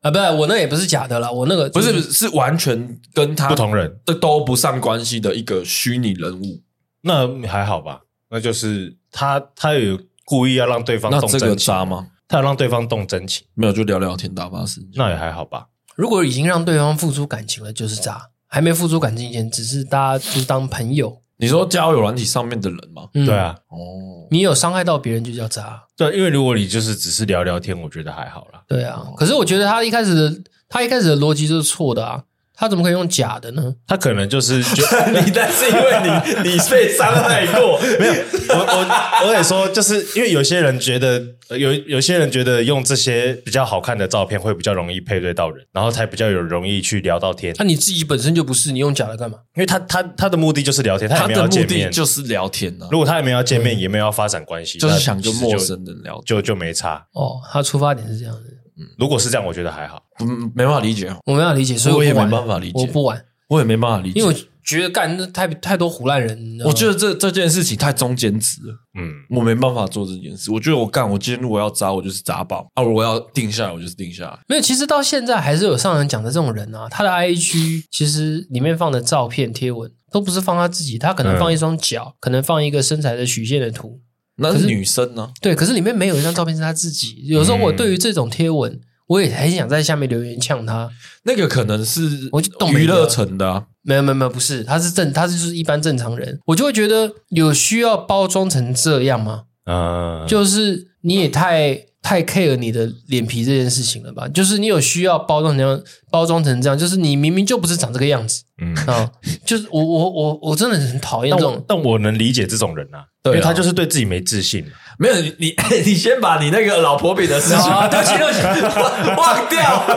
C: 啊，不是我那也不是假的啦，我那个
A: 不是不是是完全跟他
B: 不同人，
A: 这都不上关系的一个虚拟人物。
B: 那还好吧？那就是他，他有故意要让对方
A: 那
B: 动
A: 这个
B: 真情，
A: 渣吗？
B: 他有让对方动真情，
A: 没有，就聊聊天打发时间。
B: 那也还好吧？
C: 如果已经让对方付出感情了，就是渣；还没付出感情前，只是大家就是当朋友。
A: 你说交友软体上面的人吗？
C: 嗯
B: 对，啊，
A: 哦，
C: 你有伤害到别人就叫渣。
B: 对，因为如果你就是只是聊聊天，我觉得还好啦。
C: 对啊，可是我觉得他一开始的他一开始的逻辑就是错的啊，他怎么可以用假的呢？
B: 他可能就是就
A: 你 但是因为 你你被伤害过，
B: 没有，我我我得说，就是因为有些人觉得呃有有些人觉得用这些比较好看的照片会比较容易配对到人，然后才比较有容易去聊到天
C: 那、，你自己本身就不是，你用假的干嘛？
B: 因为他他他的目的就是聊天，他也
A: 他
B: 没有要
A: 的目
B: 见面
A: 的，就是聊天呢、啊
B: 如，果他也没有要见面，也没有要发展关系，
A: 就是想
B: 那
A: 跟
B: 其实
A: 陌生人聊天，
B: 就就没差。
C: 哦，他出发点是这样子，
B: 如果是这样，我觉得还好。
A: 嗯，没办法理解，
C: 我没办法理解，所以
A: 我也
C: 不玩
A: 没办法理解
C: 我不玩，
A: 我也没办法理解，
C: 因为我觉得干那太太多胡烂人。你知道
A: 我
C: 吗
A: 觉得这这件事情太中间值了，
B: 嗯，
A: 我没办法做这件事。我觉得我干，我今天如果要砸，我就是砸爆；啊，如果要定下来，我就是定下来。
C: 没有，其实到现在还是有上人讲的这种人啊。他的 IG 其实里面放的照片贴文都不是放他自己，他可能放一双脚，可能放一个身材的曲线的图，
A: 那
C: 可是
A: 女生呢？
C: 对。可是里面没有一张照片是他自己。有时候我
B: 嗯
C: 对于这种贴文，我也很想在下面留言呛他。
A: 那个可能是
C: 我就动没
A: 娱乐
C: 了
A: 城的、啊，
C: 没有没有没有，不是，他是正，他是就是一般正常人，我就会觉得有需要包装成这样吗？
B: 呃，
C: 就是你也太太 care 你的脸皮这件事情了吧？就是你有需要包装成这样，包装成这样，就是你明明就不是长这个样子。
B: 嗯，
C: 啊，就是我我我我真的很讨厌
B: 但
C: 这
B: 我
C: 种，
B: 但我能理解这种人啊，
A: 对啊
B: 因为他就是对自己没自信。
A: 没有你， 你你先把你那个老婆饼的事情，
C: 啊对不起
A: 对不起，忘忘掉。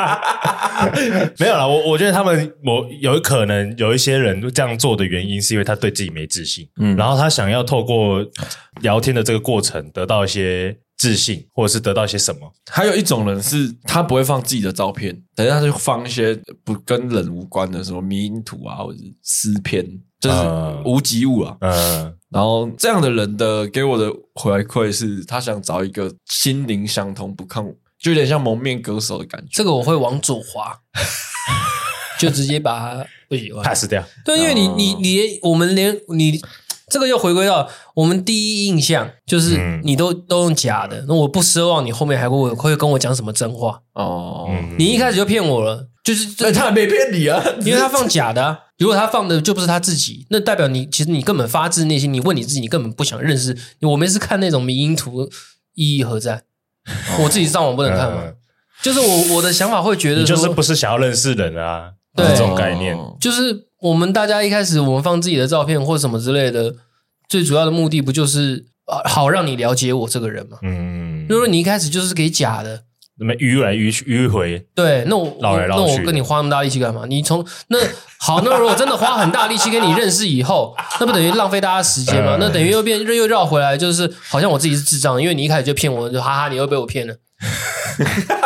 B: 没有啦，我我觉得他们某有可能有一些人这样做的原因，是因为他对自己没自信，
A: 嗯
B: 嗯，然后他想要透过聊天的这个过程得到一些自信，或者是得到一些什么。
A: 还有一种人是他不会放自己的照片，等一下就放一些不跟人无关的什么迷因图啊，或者是诗篇，就是
B: 嗯
A: 无极物啊。
B: 嗯
A: 然后这样的人的给我的回馈是，他想找一个心灵相通、不抗，就有点像蒙面歌手的感觉。
C: 这个我会往左滑，就直接把它不喜欢。
B: ，pass 掉。
C: 对，因为你你你连我们连你这个又回归到我们第一印象，就是
B: 嗯
C: 你都、都用假的，那我不奢望你后面还会会跟我讲什么真话。
A: 哦，
B: 嗯，
C: 你一开始就骗我了，就是
A: 那、
C: 这
A: 他也没骗你啊，
C: 因为他放假的啊、如果他放的就不是他自己，那代表你其实你根本发自内心，你问你自己，你根本不想认识。我每次看那种迷因图，意义何在？我自己上网不能看吗？
B: 哦嗯
C: 就是我我的想法会觉得
B: 呃你
C: 说，
B: 就是不是想要认识人啊，
C: 对
B: 这种概念。
A: 哦
C: 就是我们大家一开始我们放自己的照片或什么之类的，最主要的目的不就是啊好让你了解我这个人吗？
B: 嗯，
C: 如果你一开始就是给假的，
B: 那么迂来迂去迂回，
C: 对，那我
B: 绕来绕
C: 那我
B: 去的
C: 跟你花那么大力气干嘛？你从那好，那如果真的花很大力气跟你认识以后， 那不等于浪费大家时间吗？
B: 嗯
C: 那等于又变又绕回来，就是好像我自己是智障，因为你一开始就骗我，就哈哈，你又被我骗了，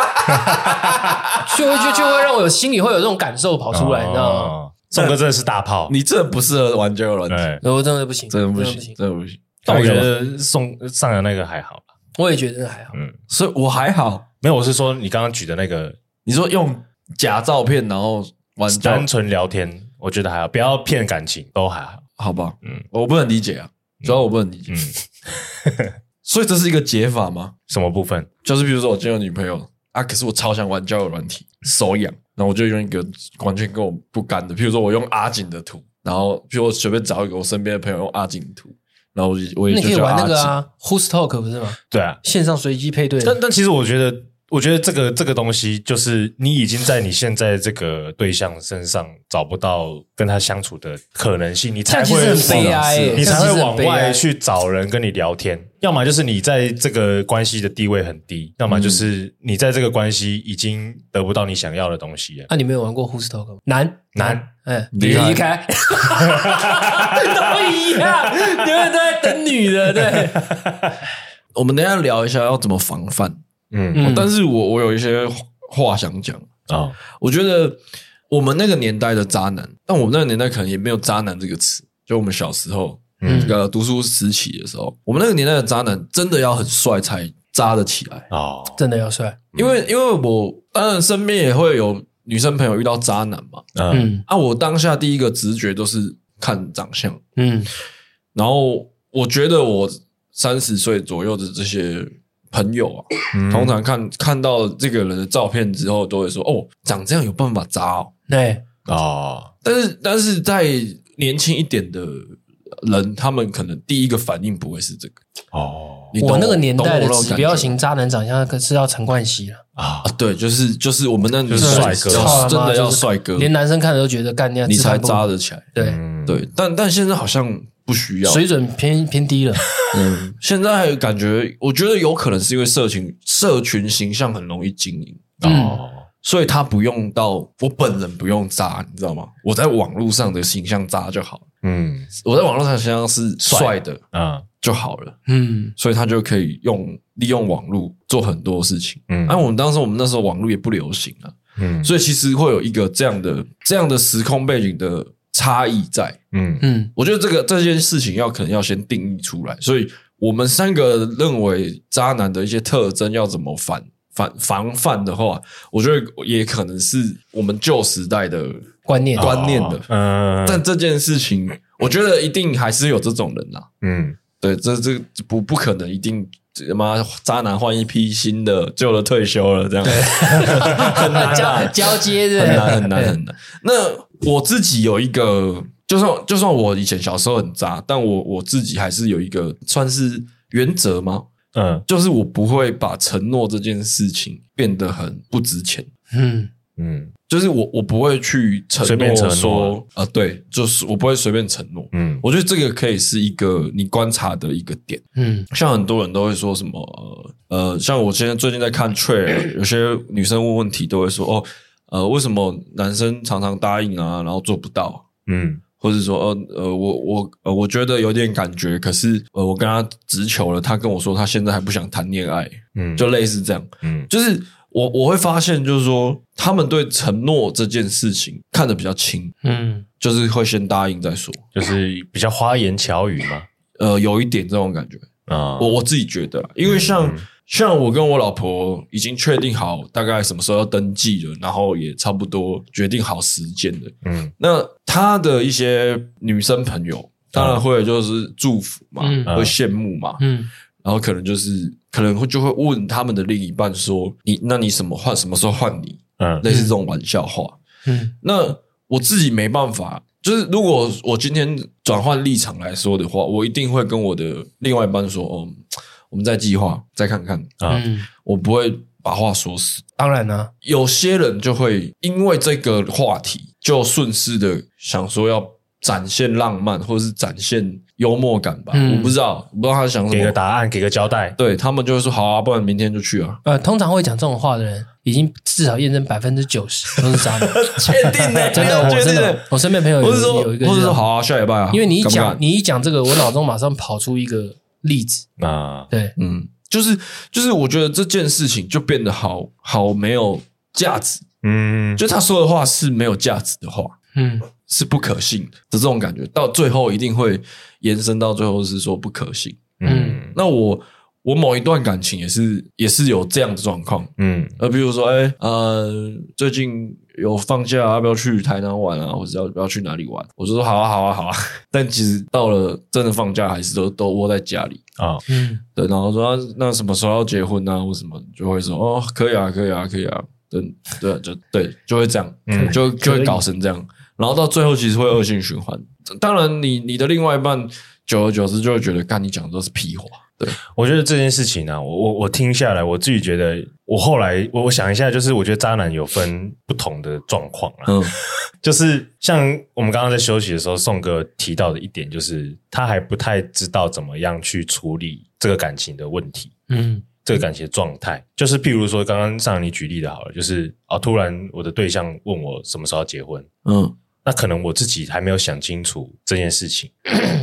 C: 就会就就会让我有心里会有这种感受跑出来，你知道吗？
B: 哦？宋哥真的是大炮，
A: 你这不适合玩交友软体，
B: 对。
C: 我真的不行，
A: 真的不
C: 不
A: 行，真的不行。
B: 但我觉得宋上扬那个还好啦，
C: 我也觉得还好。
A: 所以我还好。
B: 没有，我是说你刚刚举的那个
A: 你说用假照片然后玩交友
B: 单纯聊天，我觉得还好，不要骗感情，都还好。
A: 好吧，嗯
B: 嗯，
A: 我不能理解啊，主要我不能理解。
B: 嗯，
A: 所以这是一个解法吗？
B: 什么部分？
A: 就是比如说我今天有女朋友啊，可是我超想玩交友软体，手痒，然后我就用一个完全跟我不干的，譬如说我用阿锦的图，然后譬如我随便找一个我身边的朋友用阿锦的图，然后我就我
C: 那
A: 也
C: 你可
A: 就
C: 以
A: 叫
C: 玩
A: 阿
C: 那
A: 锦。
C: 个啊，Who's Talk 不是吗？
B: 对啊，
C: 线上随机配对，
B: 但但其实我觉得，我觉得这个这个东西，就是你已经在你现在这个对象身上找不到跟他相处的可能性，你才
C: 这样其
B: 会
C: 实很悲哀耶
B: 你才
C: 这样其
B: 会
C: 实很
B: 往
C: 悲
B: 外
C: 哀
B: 去找人跟你聊天。要么就是你在这个关系的地位很低，要么就是你在这个关系已经得不到你想要的东西了。
C: 啊，你没有玩过 Who's Talk 吗？难
B: 难，
C: 哎，
A: 离开
C: 离开， 都一样，你们都在等女的，对，
A: 我们等一下聊一下要怎么防范，
B: 嗯
A: 但是我我有一些话想讲。
B: 啊，
A: 我觉得我们那个年代的渣男，但我们那个年代可能也没有“渣男”这个词。就我们小时候，
B: 嗯
A: 这个读书时期的时候，我们那个年代的渣男真的要很帅才渣得起来。
B: 哦，
C: 真的要帅，
A: 因为因为我当然身边也会有女生朋友遇到渣男嘛，
B: 嗯
C: 嗯
A: 啊，我当下第一个直觉都是看长相，
C: 嗯
A: 然后我觉得我三十岁左右的这些朋友啊，
B: 嗯
A: 通常看看到这个人的照片之后，都会说哦，长这样有办法渣哦。
C: 对，
B: 哦，
A: 但是但是在年轻一点的人，他们可能第一个反应不会是这个。
B: 哦，
A: 你懂
C: 我那个年代
A: 懂我那
C: 的
A: 种
C: 指
A: 感
C: 标
A: 觉
C: 型渣男长相可是要陈冠希了，
B: 啊
A: 啊，，对，就是就是我们那
B: 就是
A: 年代
B: 帅哥
A: 要真的要
C: 就是
A: 帅哥，
C: 连男生看了都觉得干，你要
A: 你
C: 自拍
A: 才
C: 不
A: 扎得起来。
C: 对，
B: 嗯，
A: 对，但但现在好像不需要。
C: 水准偏偏 低了，
A: 嗯，现在感觉，我觉得有可能是因为社群社群形象很容易经营，
B: 哦，
A: 所以他不用到我本人不用扎，你知道吗？我在网络上的形象扎就好了，
B: 嗯
A: 我在网络上的形象是帅的
B: 啊，
A: 就好了。
C: 嗯，
A: 所以他就可以用利用网络做很多事情。
B: 嗯
A: 嗯，那、我们当时我们那时候网络也不流行啊，
B: 嗯
A: 所以其实会有一个这样的这样的时空背景的差异在。
B: 嗯
C: 嗯，
A: 我觉得这个这件事情要可能要先定义出来。所以我们三个认为渣男的一些特征要怎么反反防范的话，我觉得也可能是我们旧时代的
C: 观念，
A: 观念的。
B: 嗯，
A: 但这件事情，我觉得一定还是有这种人啦、
B: 嗯
A: 对，这这这不不可能，一定这妈渣男换一批新的，旧的退休了，这样很难
C: 交
A: 啊，
C: 交接的，
A: 很难很难
C: 对
A: 很难。那我自己有一个，就算就算我以前小时候很渣，但我我自己还是有一个算是原则吗？
B: 嗯
A: 就是我不会把承诺这件事情变得很不值钱。
C: 嗯
B: 嗯
A: 就是我，我不会去承
B: 随便
A: 诺
B: 承诺
A: 说，啊、对，就是我不会随便承诺。
B: 嗯
A: 我觉得这个可以是一个你观察的一个点。
C: 嗯
A: 像很多人都会说什么呃呃，像我现在最近在看 t r a 有些女生问问题都会说哦，呃，为什么男生常常答应啊，然后做不到，
B: 嗯
A: 或者说呃呃，我我呃我觉得有点感觉，可是呃我跟他直球了，他跟我说他现在还不想谈恋爱，
B: 嗯，
A: 就类似这样，
B: 嗯
A: 就是。我我会发现，就是说，他们对承诺这件事情看得比较轻，
C: 嗯，
A: 就是会先答应再说，
B: 就是比较花言巧语嘛
A: 呃，有一点这种感觉。
B: 啊，
A: 我我自己觉得啦，因为像、像我跟我老婆已经确定好大概什么时候要登记了，然后也差不多决定好时间了。
B: 嗯
A: 那她的一些女生朋友，当然会就是祝福嘛，
C: 嗯
A: 会羡慕嘛，
C: 嗯
A: 然后可能就是可能会就会问他们的另一半说：“你那你什么换什么时候换你？”
B: 嗯
A: 类似这种玩笑话。
C: 嗯
A: 那我自己没办法，就是如果我今天转换立场来说的话，我一定会跟我的另外一半说，哦，我们再计划，再看看，
B: 啊
C: 嗯，
A: 我不会把话说死。
C: 当然啦，
A: 有些人就会因为这个话题，就顺势的想说要展现浪漫，或者是展现幽默感吧。
C: 嗯
A: 我不知道，我不知道他想什
B: 给个
A: 么。
B: 答案，给个交代，
A: 对他们就会说好啊，不然明天就去 啊。
C: 呃，通常会讲这种话的人，已经至少验证百分之九十都是渣男。
A: 确定的，
C: 真的，我真的，我身边朋友
A: 不
C: 有
A: 是说，
C: 有一个
A: 不
C: 这
A: 是说
C: 种
A: 好啊，下礼拜啊。
C: 因为你一
A: 敢不敢
C: 讲你一讲这个，我脑中马上跑出一个例子，
B: 啊
C: 对，
A: 嗯，就是就是，我觉得这件事情就变得好好没有价值，
B: 嗯
A: 就他说的话是没有价值的话，
C: 嗯
A: 是不可信的这种感觉，到最后一定会延伸到最后是说不可信。
B: 嗯
A: 那我我某一段感情也是也是有这样的状况，
B: 嗯
A: 呃，比如说，哎、呃，最近有放假、啊，要不要去台南玩啊？或者要不要去哪里玩？我就说好啊，好啊，好 啊。但其实到了真的放假，还是都都窝在家里。
B: 啊
C: 嗯
A: 对，然后说、啊那什么时候要结婚啊，或什么，就会说哦，可以啊，可以啊，可以啊。对对，就对，就会这样，
B: 嗯
A: 就就
D: 可
A: 会
D: 以
A: 搞成这样，然后到最后其实会恶性循环。当然你，你的另外一半久而久之就会觉得，干你讲的都是屁话，对，
B: 我觉得这件事情啊，我我我听下来，我自己觉得，我后来我我想一下，就是我觉得渣男有分不同的状况啊，
A: 嗯
B: 就是像我们刚刚在休息的时候，宋哥提到的一点，就是他还不太知道怎么样去处理这个感情的问题。
C: 嗯
B: 这个感情的状态，就是譬如说，刚刚上你举例的好了，就是啊，突然我的对象问我什么时候要结婚，
A: 嗯
B: 那可能我自己还没有想清楚这件事情，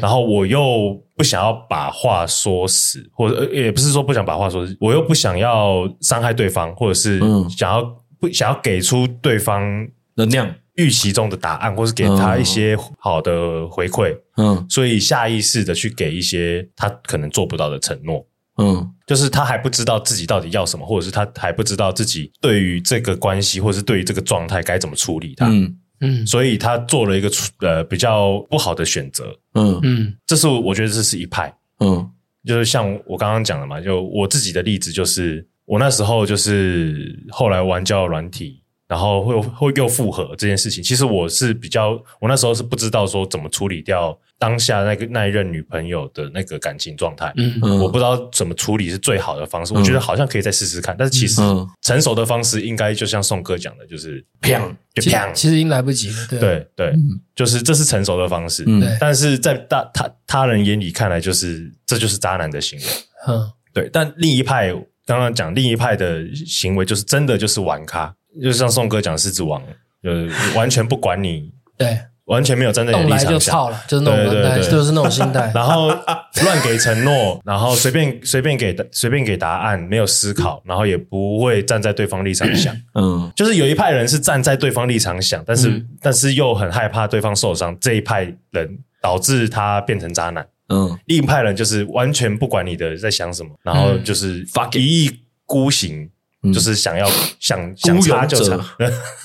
B: 然后我又不想要把话说死，或者呃也不是说不想把话说死，我又不想要伤害对方，或者是
A: 嗯
B: 想要、不想要给出对方
A: 能量，
B: 预期中的答案，或是给他一些好的回馈，
A: 嗯
B: 所以下意识的去给一些他可能做不到的承诺。
A: 嗯
B: 就是他还不知道自己到底要什么，或者是他还不知道自己对于这个关系，或者是对于这个状态该怎么处理他，
A: 嗯
C: 嗯
B: 所以他做了一个出呃比较不好的选择。
A: 嗯
C: 嗯
B: 这是我觉得这是一派，
A: 嗯
B: 就是像我刚刚讲的嘛，就我自己的例子就是，我那时候就是后来玩交友软体，然后会会又复合这件事情，其实我是比较，我那时候是不知道说怎么处理掉当下那个那一任女朋友的那个感情状态，
C: 嗯
A: 嗯，
B: 我不知道怎么处理是最好的方式。
A: 嗯
B: 我觉得好像可以再试试看，但是其实
A: 嗯
B: 成熟的方式应该就像宋哥讲的，就是砰就
C: 其实
B: 砰，
C: 其实已经来不及了，对
B: 嗯对对
A: 嗯，
B: 就是这是成熟的方式。
A: 嗯
C: 对，
B: 但是在大他他人眼里看来，就是这就是渣男的行为。
C: 嗯
B: 对，但另一派刚刚讲另一派的行为，就是真的就是玩咖，就像宋哥讲狮子王，就是完全不管你，
C: 对，
B: 完全没有站在你
C: 动
B: 的
C: 来
B: 立
C: 就
B: 场想。
C: 操了，就是那种
B: 对对
C: 心态，
B: 对
C: 就是那种心态。
B: 然后乱给承诺，然后随便随便给随便给答案，没有思考，然后也不会站在对方立场想。
A: 嗯
B: 就是有一派人是站在对方立场想，但是、
C: 嗯
B: 但是又很害怕对方受伤，这一派人导致他变成渣男。
A: 嗯
B: 另一派人就是完全不管你的在想什么，然后就是一意孤行，
A: 嗯
B: 就是 想要想想插就插
A: 孤。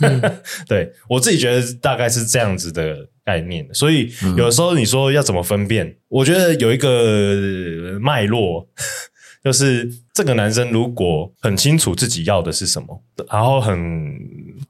A: 嗯
B: 对我自己觉得大概是这样子的概念，所以
A: 嗯
B: 有时候你说要怎么分辨，我觉得有一个脉络。 就是这个男生如果很清楚自己要的是什么，然后很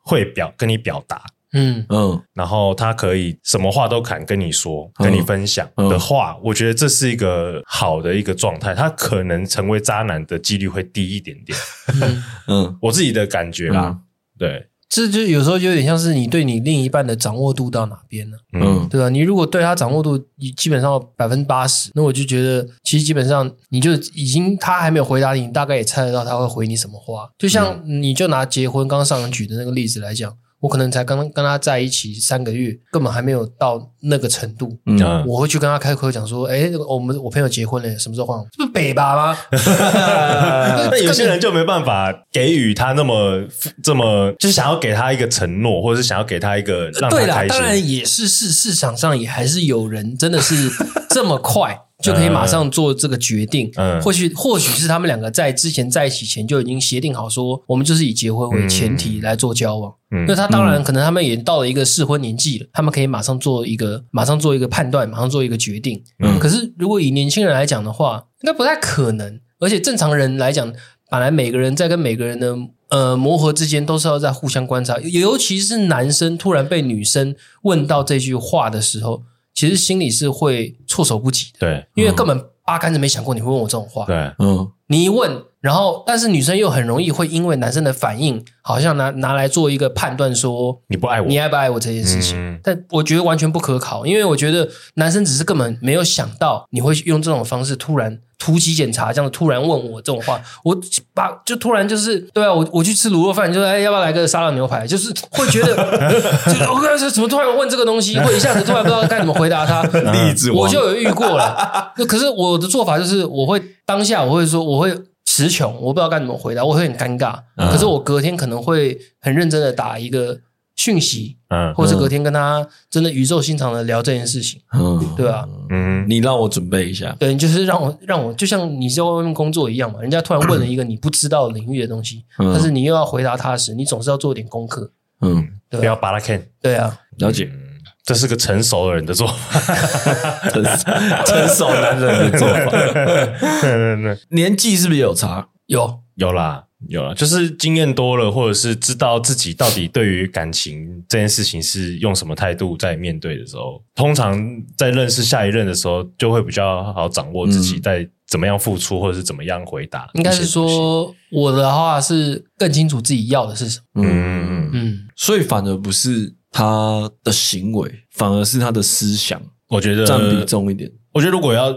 B: 会表跟你表达，
C: 嗯
A: 嗯
B: 然后他可以什么话都敢跟你说、
A: 嗯
B: 跟你分享
A: 嗯
B: 的话，我觉得这是一个好的一个状态。他可能成为渣男的几率会低一点点，
C: 嗯，
A: 嗯，
B: 我自己的感觉啦。对，
C: 这就有时候就有点像是你对你另一半的掌握度到哪边了，
A: 嗯
B: 嗯
C: 对吧？你如果对他掌握度你基本上百分之八十，那我就觉得其实基本上你就已经他还没有回答你，你大概也猜得到他会回你什么话。就像你就拿结婚刚刚上人举的那个例子来讲，我可能才刚跟他在一起三个月，根本还没有到那个程度，
A: 嗯
B: 嗯，
C: 我会去跟他开口讲说：“哎、那个我们我朋友结婚了，什么时候换我？这不是北吧吗？
B: 那有些人就没办法给予他那么这么，就是想要给他一个承诺，或者是想要给他一个让他
C: 对啦
B: 开，
C: 当然
B: 心。
C: 也是市市场上也还是有人真的是 这么快就可以马上做这个决定。
B: 嗯
C: 或许或许是他们两个在之前在一起前就已经协定好说，我们就是以结婚为前提来做交往。
B: 嗯
C: 那他当然可能他们也到了一个适婚年纪了，他们可以马上做一个马上做一个判断，马上做一个决定。
B: 嗯
C: 可是如果以年轻人来讲的话，应该不太可能。而且正常人来讲，本来每个人在跟每个人的呃磨合之间，都是要在互相观察。尤其是男生突然被女生问到这句话的时候，其实心里是会措手不及的，
B: 对
C: 因为根本八竿子没想过你会问我这种话。
B: 对，
A: 嗯
C: 你一问，然后但是女生又很容易会因为男生的反应，好像拿拿来做一个判断说
B: 你不爱我
C: 你，爱不爱我这件事情。
B: 嗯
C: 但我觉得完全不可考，因为我觉得男生只是根本没有想到你会用这种方式突然突击检查，这样突然问我这种话，我把就突然就是对啊，我我去吃卤肉饭，就说哎要不要来个沙拉牛排，就是会觉得， 就是我刚才怎么突然问这个东西，会一下子突然不知道该怎么回答他。
A: 例子王
C: 我就有遇过了。那可是我的做法就是，我会当下我会说，我会词穷，我不知道该怎么回答，我会很尴尬。
A: 嗯
C: 可是我隔天可能会很认真的打一个讯息，
B: 嗯
C: 或是隔天跟他真的语重心长的聊这件事情，
A: 嗯，
C: 对吧、
B: 嗯
A: 你让我准备一下，嗯
C: 对，就是让我让我就像你在外面工作一样嘛，人家突然问了一个你不知道领域的东西，
A: 嗯
C: 但是你又要回答他时，你总是要做点功课，
A: 嗯，
B: 不
C: 对吧、
B: 要把他 can，
C: 对啊，
A: 了解，
B: 嗯这是个成熟的人的做法。
A: 成成熟 男人的做法，
B: 对对对
A: 年纪是不是也有差？
C: 有
B: 有啦，有了，就是经验多了，或者是知道自己到底对于感情这件事情是用什么态度在面对的时候，通常在认识下一任的时候，就会比较好掌握自己
A: 嗯
B: 在怎么样付出，或者是怎么样回答。
C: 应该是，说我的话是更清楚自己要的是什么。
B: 嗯嗯，嗯
C: 嗯，
A: 所以反而不是他的行为，反而是他的思想
B: 我觉得
A: 占比重一点。
B: 我觉得如果要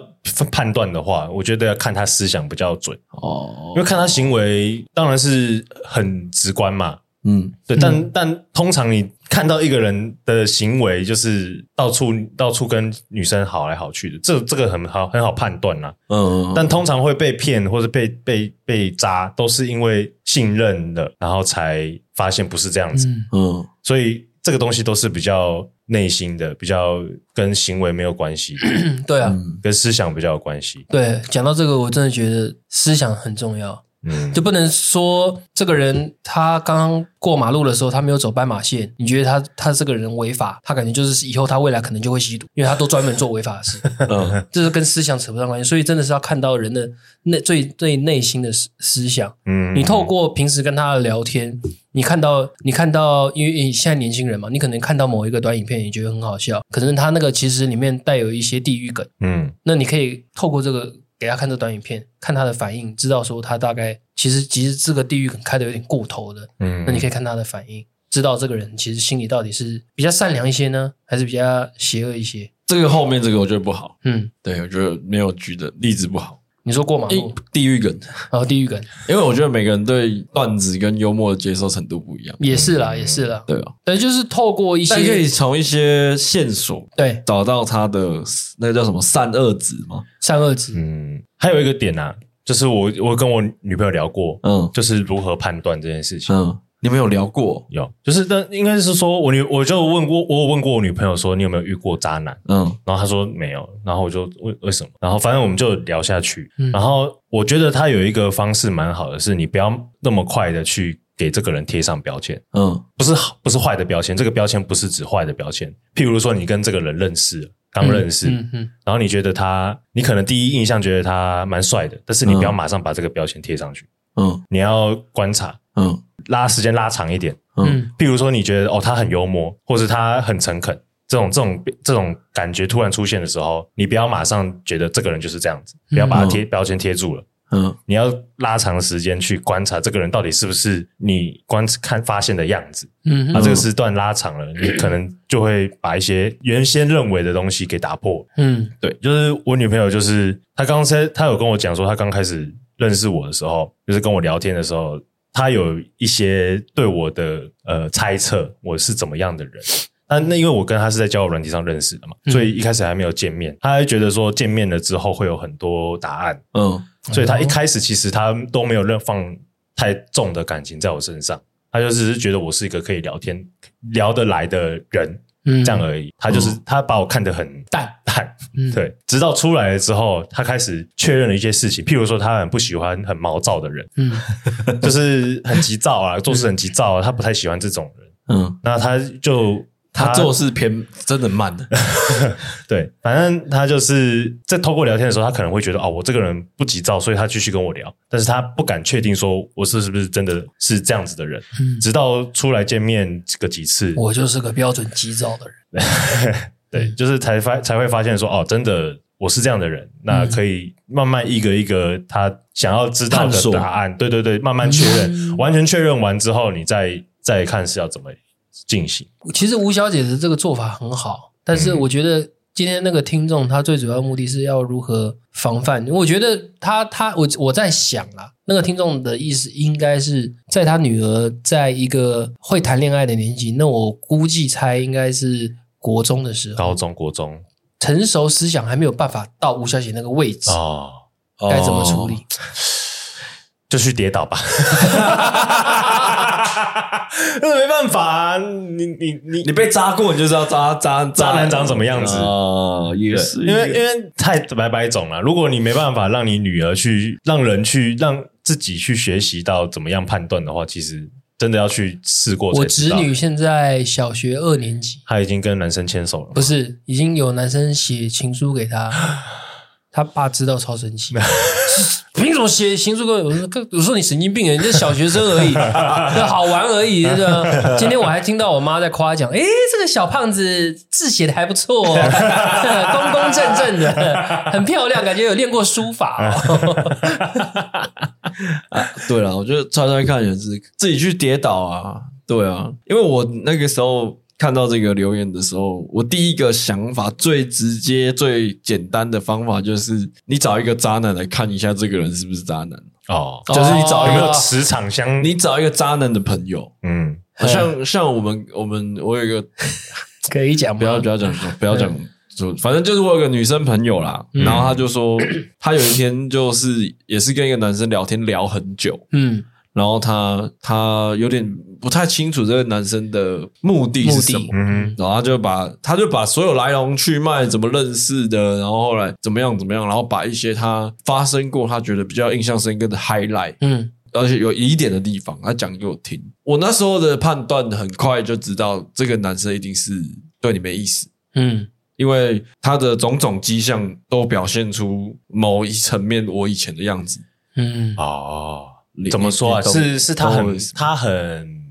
B: 判断的话，我觉得要看他思想比较准，
A: 哦
B: 因为，看他行为当然是很直观嘛。
A: 嗯，
B: 对，但、但通常你看到一个人的行为，就是到处到处跟女生好来好去的，这这个很好很好判断啦、
A: 嗯，
B: 但通常会被骗或者被被被渣，都是因为信任了，然后才发现不是这样子。
C: 嗯，
A: 嗯
B: 所以这个东西都是比较内心的，比较跟行为没有关 系的，
C: 嗯对啊，
A: 嗯
B: 跟思想比较有关系。
C: 对，讲到这个，我真的觉得思想很重要，
B: 嗯，
C: 就不能说这个人他刚刚过马路的时候他没有走斑马线，你觉得他他这个人违法，他感觉就是以后他未来可能就会吸毒，因为他都专门做违法的事，
A: 嗯
C: 这是跟思想扯不上关系。所以真的是要看到人的内最最内心的思思想，
B: 嗯
C: 你透过平时跟他的聊天，你看到你看到，因为因为现在年轻人嘛，你可能看到某一个短影片，你觉得很好笑，可是他那个其实里面带有一些地域梗。
B: 嗯
C: 那你可以透过这个给他看这短影片，看他的反应，知道说他大概其实其实这个地域梗开的有点过头的，
B: 嗯，
C: 那你可以看他的反应，知道这个人其实心里到底是比较善良一些呢，还是比较邪恶一些？
A: 这个后面这个我觉得不好，
C: 嗯，
A: 对我觉得没有举的例子不好，
C: 你说过马
A: 一
C: 路，
A: 地域梗，
C: 然后地域梗
A: 因为我觉得每个人对段子跟幽默的接受程度不一样，
C: 也是啦，也是啦，
A: 对啊，
C: 但就是透过一
A: 但可以
C: 些
A: 从一些线索
C: 对
A: 找到他的那个叫什么善恶值嘛，
C: 善恶值，
B: 嗯，还有一个点啊，就是我我跟我女朋友聊过，
A: 嗯
B: 就是如何判断这件事情。
A: 嗯，你们有聊过，
B: 有，就是但应该是说我女，我就问过，我有问过我女朋友说你有没有遇过渣男，
A: 嗯
B: 然后她说没有，然后我就为为什么，然后反正我们就聊下去，
C: 嗯
B: 然后我觉得她有一个方式蛮好的，是你不要那么快的去给这个人贴上标签，
A: 嗯
B: 不是好不是坏的标签，这个标签不是指坏的标签，譬如说你跟这个人认识了，刚认识，
C: 嗯嗯
B: 然后你觉得他，你可能第一印象觉得他蛮帅的，但是你不要
C: 嗯
B: 马上把这个标签贴上去，
A: 嗯
B: 你要观察，
A: 嗯
B: 拉时间拉长一点。
A: 嗯
C: 嗯
B: 譬如说，你觉得哦，他很幽默，或者他很诚恳，这种这种这种感觉突然出现的时候，你不要马上觉得这个人就是这样子，不要把他贴、标签贴住了。
A: 嗯
B: 你要拉长时间去观察这个人到底是不是你观看发现的样子。
C: 嗯
B: 那、
C: 嗯
B: 这个时段拉长了，你可能就会把一些原先认为的东西给打破。
C: 嗯
B: 对，就是我女朋友，就是她刚才她有跟我讲说，她刚开始认识我的时候，就是跟我聊天的时候，她有一些对我的呃猜测，我是怎么样的人。那那因为我跟她是在交友软体上认识的嘛，
C: 嗯
B: 所以一开始还没有见面，她还觉得说见面了之后会有很多答案，
A: 嗯
B: 所以她一开始其实她都没有任放太重的感情在我身上，她就只是觉得我是一个可以聊天聊得来的人
C: 嗯
B: 这样而已。她就是
A: 嗯
B: 她把我看得很
C: 淡，
B: 淡，
C: 嗯，
B: 对，直到出来了之后，他开始确认了一些事情，譬如说他很不喜欢很毛躁的人，
C: 嗯
B: 就是很急躁 啊，做事很急躁啊，他不太喜欢这种人。
A: 嗯，
B: 那他就
A: 他做事偏真的慢的，
B: 对，反正他就是在透过聊天的时候，他可能会觉得哦，我这个人不急躁，所以他继续跟我聊，但是他不敢确定说我是是不是真的是这样子的人。
C: 嗯，
B: 直到出来见面个几次，
C: 我就是个标准急躁的人，
B: 对，
A: 嗯
B: 就是才发才会发现说，哦，真的我是这样的人，
A: 嗯
B: 那可以慢慢一个一个他想要知道
A: 探
B: 的
A: 索
B: 答案，对对对，慢慢确认，
C: 嗯
B: 完全确认完之后，你再再看是要怎么进行。
C: 其实吴小姐的这个做法很好，但
B: 嗯
C: 是我觉得今天那个听众他最主要的目的是要如何防范。我觉得他他我我在想啦，那个听众的意思应该是在他女儿在一个会谈恋爱的年纪，那我估计猜应该是国中的时候，
B: 高中、国中
C: 成熟思想还没有办法到吴小姐那个位置，
B: 哦，
C: 该怎么处理？
B: 就去跌倒吧。 那没办法、啊，你你你
A: 你被扎过，你就知道渣渣
B: 渣男长什么样子
A: 啊，也是，
B: 因为因为太百百种了。如果你没办法让你女儿去让人去让自己去学习到怎么样判断的话，其实真的要去试过
C: 我
B: 才知
C: 侄
B: 道。
C: 女现在小学二年级，
B: 她已经跟男生牵手了
C: 不，是已经有男生写情书给她，他爸知道超生气， 凭什么写行书给我？我说哥我说你神经病啊！你这小学生而已， 就好玩而已，是吧？今天我还听到我妈在夸奖，诶，这个小胖子字写的还不错、 哦，公公正正的，很漂亮，感觉有练过书法、哦。
A: 对了，我觉得穿穿看也是自己去跌倒啊，对啊，因为我那个时候看到这个留言的时候，我第一个想法最直接、最简单的方法就是，你找一个渣男来看一下这个人是不是渣男，
B: 哦，
A: 就是你找一
B: 一
A: 个
B: 个
C: 哦
B: 磁场相，
A: 你找一个渣男的朋友，
B: 嗯，
A: 像像我们我们我有一个
C: 可以讲吗
A: 不要不要讲不要讲，就反正就是我有个女生朋友啦，
C: 嗯
A: 然后她就说，她有一天就是也是跟一个男生聊天聊很久，
C: 嗯，
A: 然后她她有点不太清楚这个男生的目的是什么
C: 目。
B: 嗯
A: 然后她就把她就把所有来龙去脉怎么认识的，然后后来怎么样怎么样，然后把一些她发生过她觉得比较印象深刻的 highlight，
C: 嗯
A: 而且有疑点的地方，他讲给我听。我那时候的判断很快就知道，这个男生一定是对你没意思，
C: 嗯
A: 因为他的种种迹象都表现出某一层面我以前的样子。
C: 嗯，
B: 哦，
A: 你
B: 怎么说啊？
A: 你懂
B: 是是他
A: 懂我
B: 很
A: 意思
B: 他很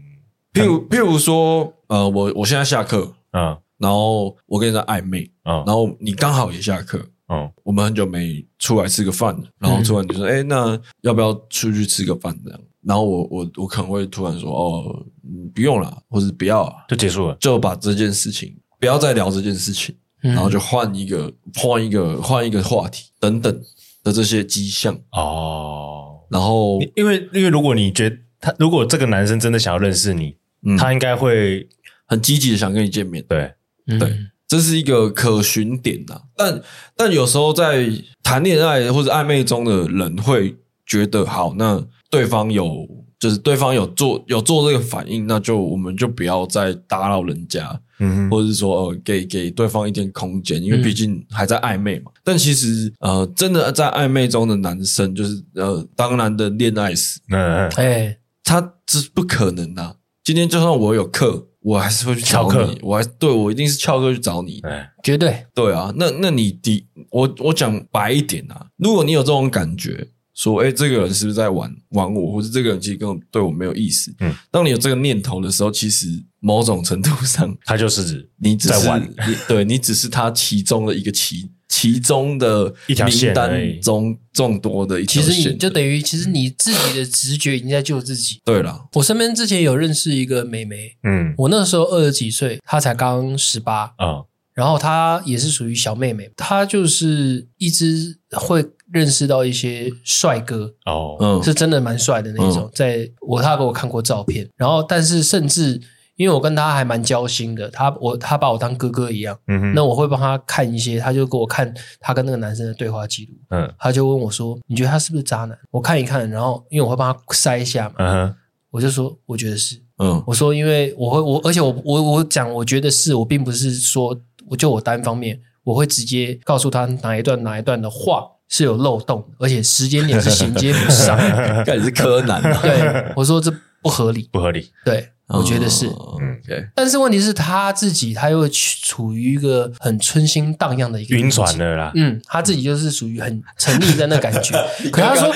A: 譬如譬如说，呃，我我现在下课，
B: 嗯
A: 然后我跟人家暧昧，
B: 嗯
A: 然后你刚好也下课，
B: 嗯
A: 我们很久没出来吃个饭了，然后突然就说：“哎、那要不要出去吃个饭？”这样，然后我我我可能会突然说：“哦，嗯不用啦，或者不要、啊。”
B: 就结束了。
A: 就把这件事情不要再聊这件事情，
C: 然
B: 嗯
A: 然后就换一个换一个换一个话题等等的这些迹象，
B: 哦，
A: 然后
B: 你因为因为如果你觉得他如果这个男生真的想要认识你，
A: 嗯
B: 他应该会
A: 很积极的想跟你见面，
B: 对
C: 嗯
A: 对这是一个可循点呐、但但有时候在谈恋爱或者暧昧中的人会觉得，好，那对方有就是对方有做有做这个反应，那就我们就不要再打扰人家，
B: 嗯哼
A: 或者是说呃给给对方一点空间，因为
C: 嗯
A: 毕竟还在暧昧嘛。但其实呃，真的在暧昧中的男生，就是呃，当然的恋爱史，
B: 嗯嗯
C: 哎，
A: 他这是不可能的啊、今天就算我有课，我还是会去找
B: 翘课
A: 你，我还对我一定是翘课去找你。
B: 哎
C: 绝对
A: 对啊，那那你第我我讲白一点啊，如果你有这种感觉，说哎、诶这个人是不是在玩玩我，或者这个人其实根本对我没有意思，
B: 嗯，
A: 当你有这个念头的时候，其实某种程度上。
B: 他就是
A: 你只是
B: 在玩
A: 你对你只是他其中的一个其其中的
B: 一条线
A: 名
B: 而已
A: 单中众多的一条
C: 其
A: 线。
C: 实你就等于，其实你自己的直觉已经在救自己。
A: 对了，
C: 我身边之前有认识一个妹妹，
B: 嗯
C: 我那时候二十几岁，她才刚十八，
B: 啊
C: 然后她也是属于小妹妹，她就是一直会认识到一些帅哥，
B: 哦
A: 嗯，
C: 是真的蛮帅的那一种。在我她给我看过照片，然后但是甚至因为我跟她还蛮交心的，她我她把我当哥哥一样，
B: 嗯哼
C: 那我会帮她看一些，她就给我看她跟那个男生的对话记录，
B: 嗯
C: 他就问我说：“你觉得他是不是渣男？”我看一看，然后因为我会帮他筛一下嘛，
B: 嗯哼
C: 我就说我觉得是。
A: 嗯
C: 我说因为我会我，而且我我我讲我觉得是我并不是说我就我单方面，我会直接告诉他哪一段哪一段的话是有漏洞，而且时间点是衔接不上。
A: 看你是柯南啊，
C: 对，我说这不合理。
B: 不合 理，
C: 对，我觉得是。
A: 哦
B: 嗯
A: OK，
C: 但是问题是他自己，他又处于一个很春心荡漾的一个
B: 晕
C: 年纪
B: 船。了啦，
C: 嗯，他自己就是属于很沉溺在那感觉。可他说，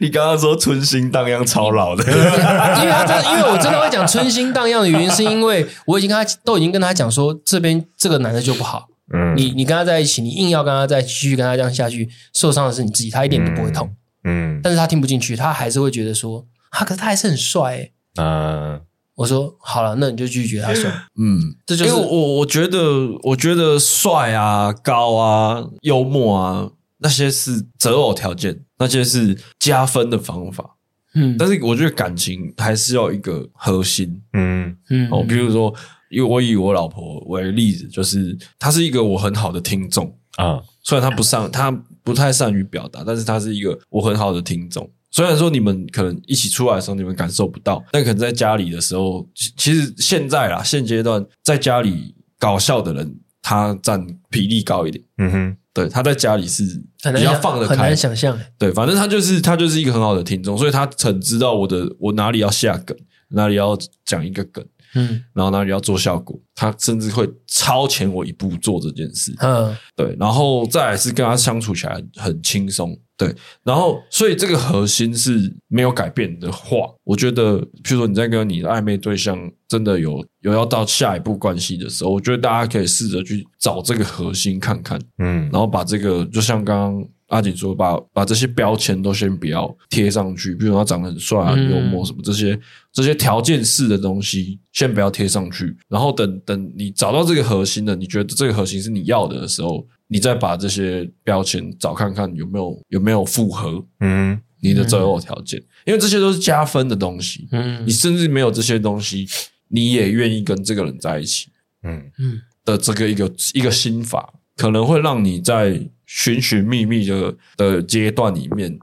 A: 你刚刚说春心荡漾超老的，
C: 因为他真的，因为我真的会讲春心荡漾的原因，是因为我已经跟他都已经跟他讲说，这边这个男的就不好，
B: 嗯
C: 你你跟他在一起，你硬要跟他在一起，继续跟他这样下去，受伤的是你自己，他一点都不会痛。
B: 嗯
C: 但是他听不进去，他还是会觉得说，啊，可是他还是很帅、欸。
B: 啊
C: 我说好了，那你就拒绝 他帅，
A: 嗯，
C: 这就
A: 因为
C: 是
A: 我我觉得我觉得帅啊、高啊、幽默啊那些是择偶条件，那些是加分的方法，
C: 嗯
A: 但是我觉得感情还是要一个核心，
B: 嗯
C: 嗯
A: 哦，比如说，因为我以我老婆为例子，就是她是一个我很好的听众，
B: 啊
A: 虽然她不
C: 嗯
A: 善，她不太善于表达，但是她是一个我很好的听众。虽然说你们可能一起出来的时候你们感受不到，但可能在家里的时候，其其实现在啦，现阶段在家里搞笑的人，他占比例高一点。
B: 嗯哼
A: 对，他在家里是
C: 很
A: 比
C: 难
A: 较
C: 想
A: 放得
C: 很
A: 开
C: 难，想象、欸
A: 对，反正他就是他就是一个很好的听众，所以他很知道我的我哪里要下梗，哪里要讲一个梗，
C: 嗯
A: 然后那里要做效果，他甚至会超前我一步做这件事。
C: 嗯
A: 对，然后再来是跟他相处起来很轻松。对，然后所以这个核心是没有改变的话，我觉得，譬如说你在跟你的暧昧对象真的有有要到下一步关系的时候，我觉得大家可以试着去找这个核心看看，
B: 嗯
A: 然后把这个就像刚刚阿锦说，把把这些标签都先不要贴上去，比如他长得很帅啊、
C: 嗯
A: 幽默什么这些这些条件式的东西，先不要贴上去。然后等等你找到这个核心的，你觉得这个核心是你要的的时候，你再把这些标签找看看有没有有没有符合
B: 嗯
A: 你的择偶条件，因为这些都是加分的东西。
C: 嗯
A: 你甚至没有这些东西，你也愿意跟这个人在一起。
B: 嗯
C: 嗯
A: 的这个一个一个心法，可能会让你在寻寻觅觅的的阶段里面，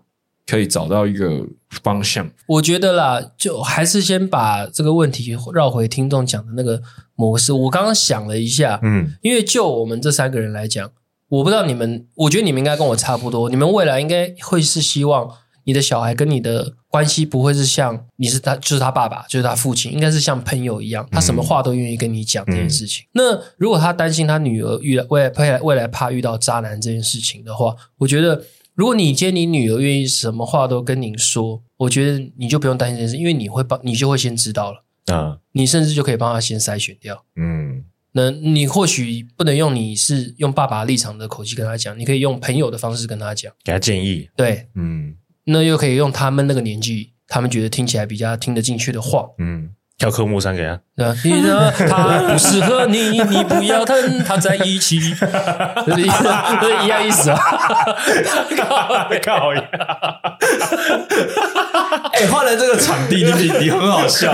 A: 可以找到一个方向。
C: 我觉得啦，就还是先把这个问题绕回听众讲的那个模式。我刚刚想了一下，
B: 嗯
C: 因为就我们这三个人来讲，我不知道你们，我觉得你们应该跟我差不多，你们未来应该会是希望你的小孩跟你的关系不会是像你是他就是他爸爸就是他父亲，应该是像朋友一样，他什么话都愿意跟你讲这件事情。那如果他担心他女儿遇到未来未来未来怕遇到渣男这件事情的话，我觉得。如果你接你女儿愿意什么话都跟你说，我觉得你就不用担心这件事，因为你会帮，你就会先知道了，
B: 啊
C: 你甚至就可以帮他先筛选掉。
B: 嗯
C: 那你或许不能用你是用爸爸立场的口气跟他讲，你可以用朋友的方式跟他讲，
B: 给他建议
C: 对，
B: 嗯
C: 那又可以用他们那个年纪，他们觉得听起来比较听得进去的话。
B: 嗯跳科目三给他
C: 那你呢？他不适合你，你不要跟他在一起，就是一就是一样意思啊。
B: 靠呀
A: 哎、换了这个场地，你你很好笑、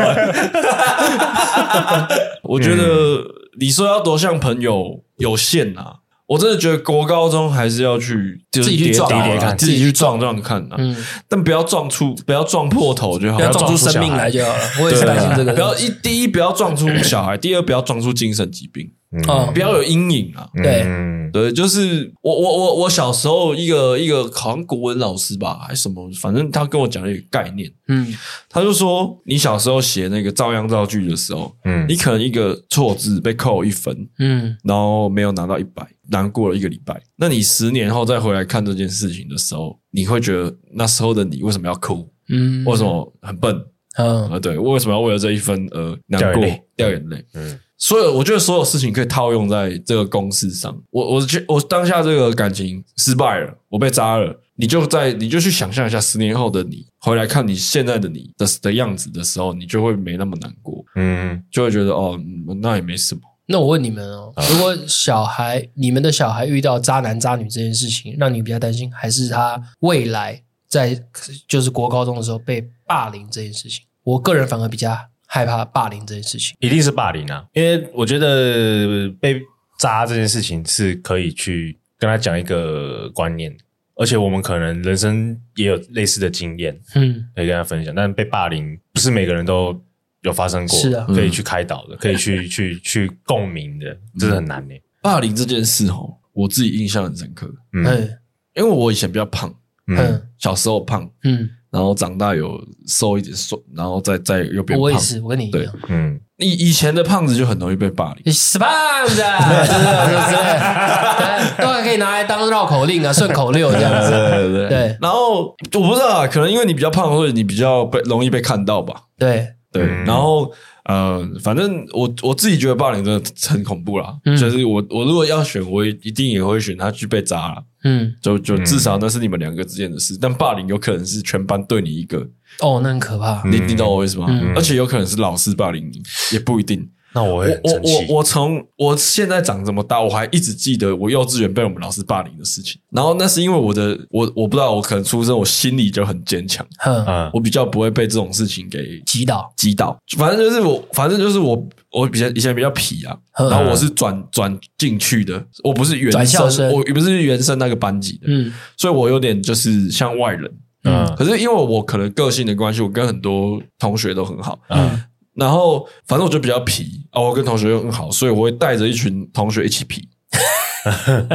A: 我觉得你说要多像朋友有限啊，我真的觉得国高中还是要去就是
C: 自己去
A: 跌
C: 撞
A: 倒啊
B: 跌跌看
A: 自己去撞撞看啊，
C: 嗯，
A: 但不要撞出不要撞破头就好
C: 不
A: 了，
B: 要
C: 要撞
B: 撞
C: 出
B: 出
C: 生命
B: 小孩
C: 来就好了。我也是担心这个。
A: 啊不要一第一不要撞出小孩，第二不要撞出精神疾病，
C: 哦
A: 不要有阴影啊。
C: 对
B: 嗯
A: 对，就是我我我我小时候一个一个好像国文老师吧，还是什么，反正他跟我讲了一个概念，
C: 嗯
A: 他就说你小时候写那个照样造句的时候，
B: 嗯
A: 你可能一个错字被扣一分，
C: 嗯
A: 然后没有拿到一百，难过了一个礼拜。那你十年后再回来看这件事情的时候，你会觉得那时候的你为什么要哭？
C: 嗯，
A: 为什？么很笨？
C: 嗯
A: 啊，对，为什么要为了这一分而难
B: 掉眼
A: 过
B: 泪、
A: 掉眼泪？
B: 嗯
A: 所以我觉得所有事情可以套用在这个公式上。我我觉我当下这个感情失败了，我被渣了，你就在你就去想象一下十年后的你回来看你现在的你的的样子的时候，你就会没那么难过，
B: 嗯
A: 就会觉得哦，嗯那也没什么。
C: 那我问你们哦，如果小孩、你们的小孩遇到渣男渣女这件事情，让你比较担心，还是他未来在就是国高中的时候被霸凌这件事情？我个人反而比较害怕霸凌这件事情。
B: 一定是霸凌啊，因为我觉得被渣这件事情是可以去跟他讲一个观念，而且我们可能人生也有类似的经验
C: 嗯
B: 可以跟他分享，但被霸凌不是每个人都有发生过，
C: 是啊
B: 可以去开导的，可以去去去共鸣的，这是很难的、
A: 霸凌这件事哦，我自己印象很深刻，
B: 嗯
C: 嗯
A: 因为我以前比较胖，
B: 嗯
C: 嗯
A: 小时候胖，
C: 嗯，
A: 然后长大有瘦一点瘦，然后再再又变
C: 我也
A: 胖。
C: 是，我跟你一样，
B: 嗯，
A: 以以前的胖子就很容易被霸凌。
C: 你死胖子啊，对对对对，都还可以拿来当绕口令啊，顺口溜这样 子。
A: 对对
C: 对
A: 然后我不知道啊，可能因为你比较胖，所以你比较被容易被看到吧。
C: 对，
A: 对，
B: 嗯
A: 然后呃，反正我我自己觉得霸凌真的很恐怖啦。
C: 嗯
A: 就是我我如果要选，我也一定也会选他去被扎啦。
C: 嗯，
A: 就就
B: 嗯
A: 至少那是你们两个之间的事，但霸凌有可能是全班对你一个，
C: 哦，那很可怕。
A: 你
B: 嗯
A: 你懂我意思吗？
C: 嗯
A: 而且有可能是老师霸凌你，也不一定。
B: 那我会很
A: 我
B: 生气
A: 我，我从我现在长这么大，我还一直记得我幼稚园被我们老师霸凌的事情。然后那是因为我的我我不知道，我可能出生我心里就很坚强，啊
C: 哼，
B: 嗯
A: 我比较不会被这种事情给
C: 击倒。
A: 击倒。反正就是我，反正就是我，我比较以前比较皮啊，
C: 嗯
A: 然后我是转转进去的，我不是
C: 转
A: 原
C: 校生
A: 生，我不是原生那个班级的，
C: 嗯
A: 所以我有点就是像外人。
B: 嗯
A: 可是因为我可能个性的关系，我跟很多同学都很好，
C: 嗯
A: 然后反正我就比较皮啊，我跟同学又很好，所以我会带着一群同学一起 皮。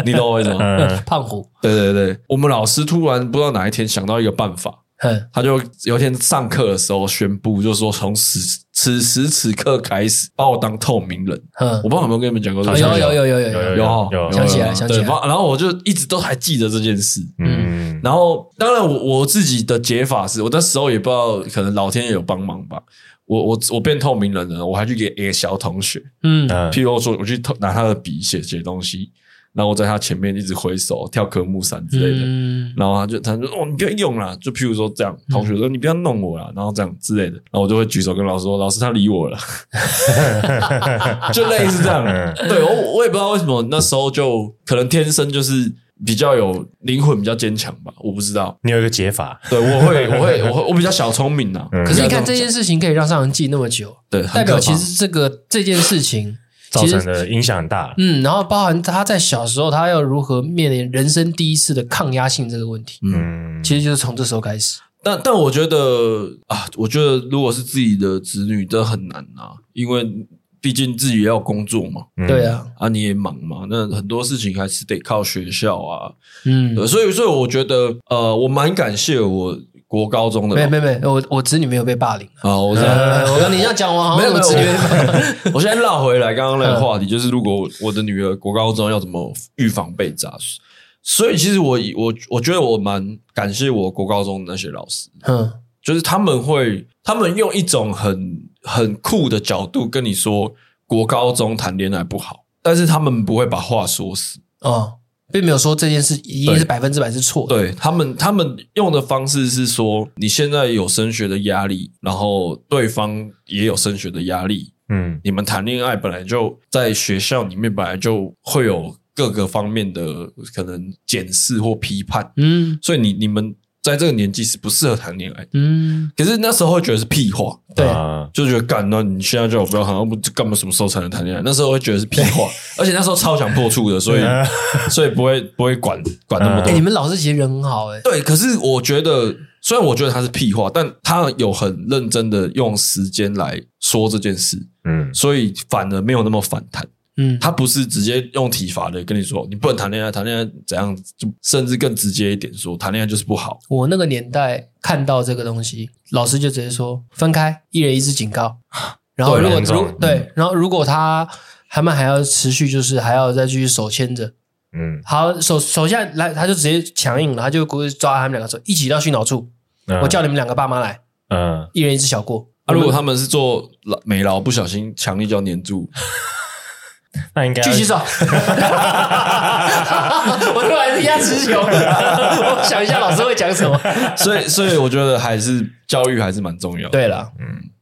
A: 你懂我意思吗？
B: 嗯
C: 嗯，胖虎。
A: 对对对，我们老师突然不知道哪一天想到一个办法，
C: 哼，
A: 他就有一天上课的时候宣布，就说从此此时此刻开始，把我当透明人。
C: 哼
A: 我不知道有没有跟你们讲过这个
C: 哦有
A: 事情，
C: 有有有有
B: 有
C: 有
A: 有哦
B: 有
C: 想起来想起来
A: 对，然后然后我就一直都还记得这件事。
B: 嗯，
A: 然后，当然我，我自己的解法是，我那时候也不知道，可能老天也有帮忙吧。我我我变透明人了，我还去给给小同学，
C: 嗯，
B: 嗯
A: 譬如说，我去偷拿他的笔写写东西，然后我在他前面一直挥手跳科目三之类的，
C: 嗯，
A: 然后他就他就说哦，你不要用啦，就譬如说这样，同学说你不要弄我啦，然后这样之类的，然后我就会举手跟老师说，老师他理我 了，就类似这样。对我我也不知道为什么那时候就可能天生就是比较有灵魂比较坚强吧，我不知道。
B: 你有一个解法，
A: 对，我会我会我会我比较小聪明啊呐。
B: 嗯
C: 可是你看这件事情可以让上人记那么久，
A: 对，
C: 代
A: 很可
C: 表
A: 怕
C: 其实这个这件事情
B: 造
C: 其实
B: 成的影响很大。
C: 嗯，然后包含他在小时候，他要如何面临人生第一次的抗压性这个问题，
B: 嗯，
C: 其实就是从这时候开始。
A: 但但我觉得啊，我觉得如果是自己的子女，这很难啊，因为毕竟自己也要工作嘛，
B: 嗯
C: 对，啊，
A: 啊，你也忙嘛，那很多事情还是得靠学校啊。
C: 嗯，
A: 对所以所以我觉得呃，我蛮感谢我国高中的
C: 没没没，我我子女没有被霸凌。
A: 啊，我在。
C: 呃，我跟你这样讲，我好
A: 没
C: 像
A: 有没
C: 我嗯
A: 有，
C: 子女被霸凌。
A: 我我现在绕回来刚刚那个话题，就是如果我的女儿国高中要怎么预防被炸，所以其实我我我觉得我蛮感谢我国高中的那些老师，
C: 嗯
A: 就是他们会，他们用一种很很酷的角度跟你说，国高中谈恋爱不好，但是他们不会把话说死。
C: 哦，并没有说这件事一定是百分之百是错的。
A: 对他们，他们用的方式是说，你现在有升学的压力，然后对方也有升学的压力，
B: 嗯
A: 你们谈恋爱本来就在学校里面本来就会有各个方面的可能检视或批判，
C: 嗯
A: 所以你你们在这个年纪是不适合谈恋爱。
C: 嗯，
A: 可是那时候会觉得是屁话，
C: 对，
B: 啊
A: 就觉得干，那你现在叫我不要谈，要不干嘛什么时候才能谈恋爱？那时候会觉得是屁话，而且那时候超想破处的， 所以
B: 嗯
C: 嗯
A: 所以不会不会管管那么
C: 哎，
A: 多
C: 你。们老师其实人很好，哎，
A: 对，可是我觉得，虽然我觉得他是屁话，但他有很认真的用时间来说这件事，
B: 嗯
A: 所以反而没有那么反弹。
C: 嗯，
A: 他不是直接用体罚的跟你说你不能谈恋爱，谈恋爱怎样，就甚至更直接一点说谈恋爱就是不好。
C: 我那个年代看到这个东西，老师就直接说分开，一人一支警告。
A: 啊
C: 然后
B: 对
C: 如果
B: 两种
C: 如对，
A: 嗯
C: 然后如果他他们还要持续，就是还要再继续手牵着，
B: 嗯，
C: 好手手下来，他就直接强硬了，他就故意抓他们两个说一起到训导处，我叫你们两个爸妈来，
B: 嗯
C: 一人一只小过。
A: 啊，如果他们是做老美劳，不小心强力胶粘住，
B: 嗯，那应该
C: 继续走， 我突然一下词穷了，我想一下老师会 讲什么。
A: 所以，所以我觉得还是教育还是蛮重要的。
C: 对了，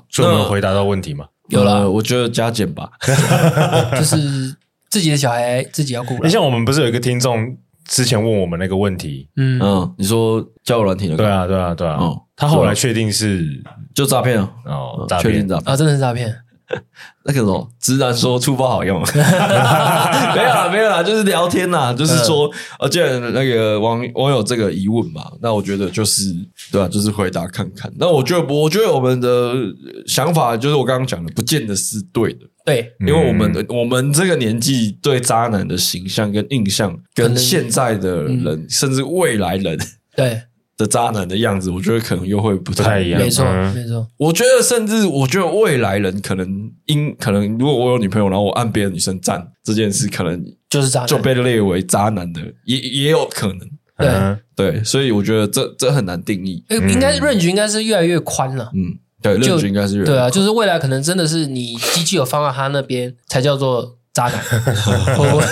B: 所以我们有回答到问题嘛？
C: 有啦
A: 了，我觉得加减吧。
B: 嗯
C: 就是自己的小孩自己要顾
B: 你
C: 了。
B: 像我们不是有一个听众之前问我们那个问题？
C: 嗯，
A: 嗯，你说交友软体的，
B: 对，啊，对啊，对啊
A: 哦。
B: 他后来确定是
A: 就诈骗啊，
B: 哦
A: 嗯，
B: 诈
A: 确定
B: 骗
A: 诈骗。
C: 啊，真的是诈骗。
A: 那个什么，直男说粗暴好用，没有啦，没有啦，就是聊天啦，就是说，呃，既然那个网网友这个疑问嘛，那我觉得就是对啊，就是回答看看。那我觉得，我觉得我们的呃想法就是我刚刚讲的，不见得是对的。
C: 对，
B: 嗯
A: 因为我们、我们这个年纪对渣男的形象跟印象，跟现在的人、甚至未来人
C: 对，
A: 的渣男的样子，我觉得可能又会不
B: 不太
A: 太
B: 一样，
C: 没错，
B: 嗯
C: 没错。
A: 我觉得甚至我觉得未来人可能因可能，如果我有女朋友，然后我按别的女生站这件事，可能
C: 就是渣男，
A: 就被列为渣男的，也也有可能。
C: 对，
B: 嗯
A: 对，所以我觉得这这很难定义。
C: 呃应该 range 应该是越来越宽了。
A: 嗯，对，认知应该是越
C: 对啊，就是未来可能真的是你机器有放到他那边才叫做渣 男，会不会？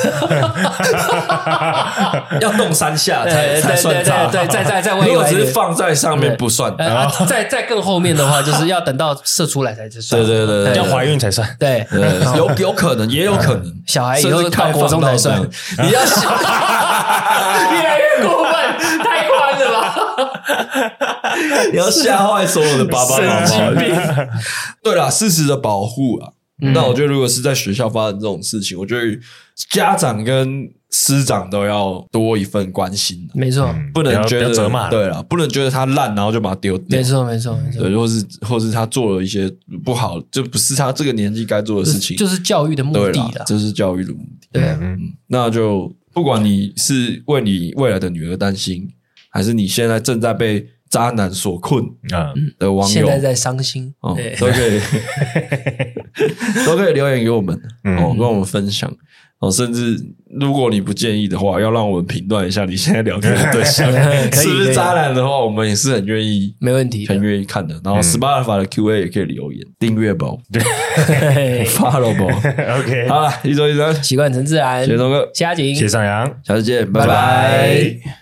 A: 要动三下才
C: 对
A: 才
C: 对
A: 算
C: 对
A: 渣。
C: 对，再再再
A: 如
C: 外
A: 果
C: 外一
A: 只是
C: 点。
A: 放在上面不算。
C: 呃，啊再再更后面的话，就是要等到射出来才是算。
A: 对对对对，
B: 要怀孕才算。
C: 对
A: 对，有有可能，也有可能，
C: 小孩以
A: 甚
C: 后
A: 至
C: 到
A: 开
C: 国
A: 放
C: 中
A: 到
C: 才
A: 这样
C: 算。
A: 你要想，
C: 越来越过分，太宽了
A: 嗯
C: 吧？
A: 你要吓坏所有的爸爸妈
B: 神
A: 妈。对啦，适时的保护啊。那我觉得，如果是在学校发生这种事情，我觉得家长跟师长都要多一份关心啊、
C: 没错，
A: 不
B: 嗯不
A: 能
B: 要
A: 觉
B: 不
A: 得
B: 要责骂
A: 对啦，不能觉得他烂，然后就把他丢掉
C: 没。错，没错，没错，
A: 对，或是或是他做了一些不好，就不是他这个年纪该做的事情。
C: 就是教育的目
A: 对
C: 的
A: 啦
C: 了，。
A: 这是教育的目的。
C: 对，
B: 嗯，
A: 那就不管你是为你未来的女儿担心，还是你现在正在被渣男所困
B: 嗯，
A: 的网
C: 现
A: 友，
C: 在在伤心，
A: 哦
C: 对，
A: 都可以 都可以留言给我们，哦，跟我们分享。哦，甚至如果你不介意的话，要让我们评断一下你现在聊天的对象
C: 可以
A: 是不
C: 可
A: 是
C: 以
A: 渣男的话，我们也是很愿意、
C: 没问题的
A: 很。愿意看的。然后 Spotify 的 Q&A 也可以留言，订阅吧
C: 嘿嘿
A: ，follow 吧。
B: OK，
A: 好了，一周一周，
C: 习惯成自然
A: 谢，谢东哥，
C: 下集
B: 谢谢上扬。
A: 下次见，拜
C: 拜
A: 拜
C: 拜。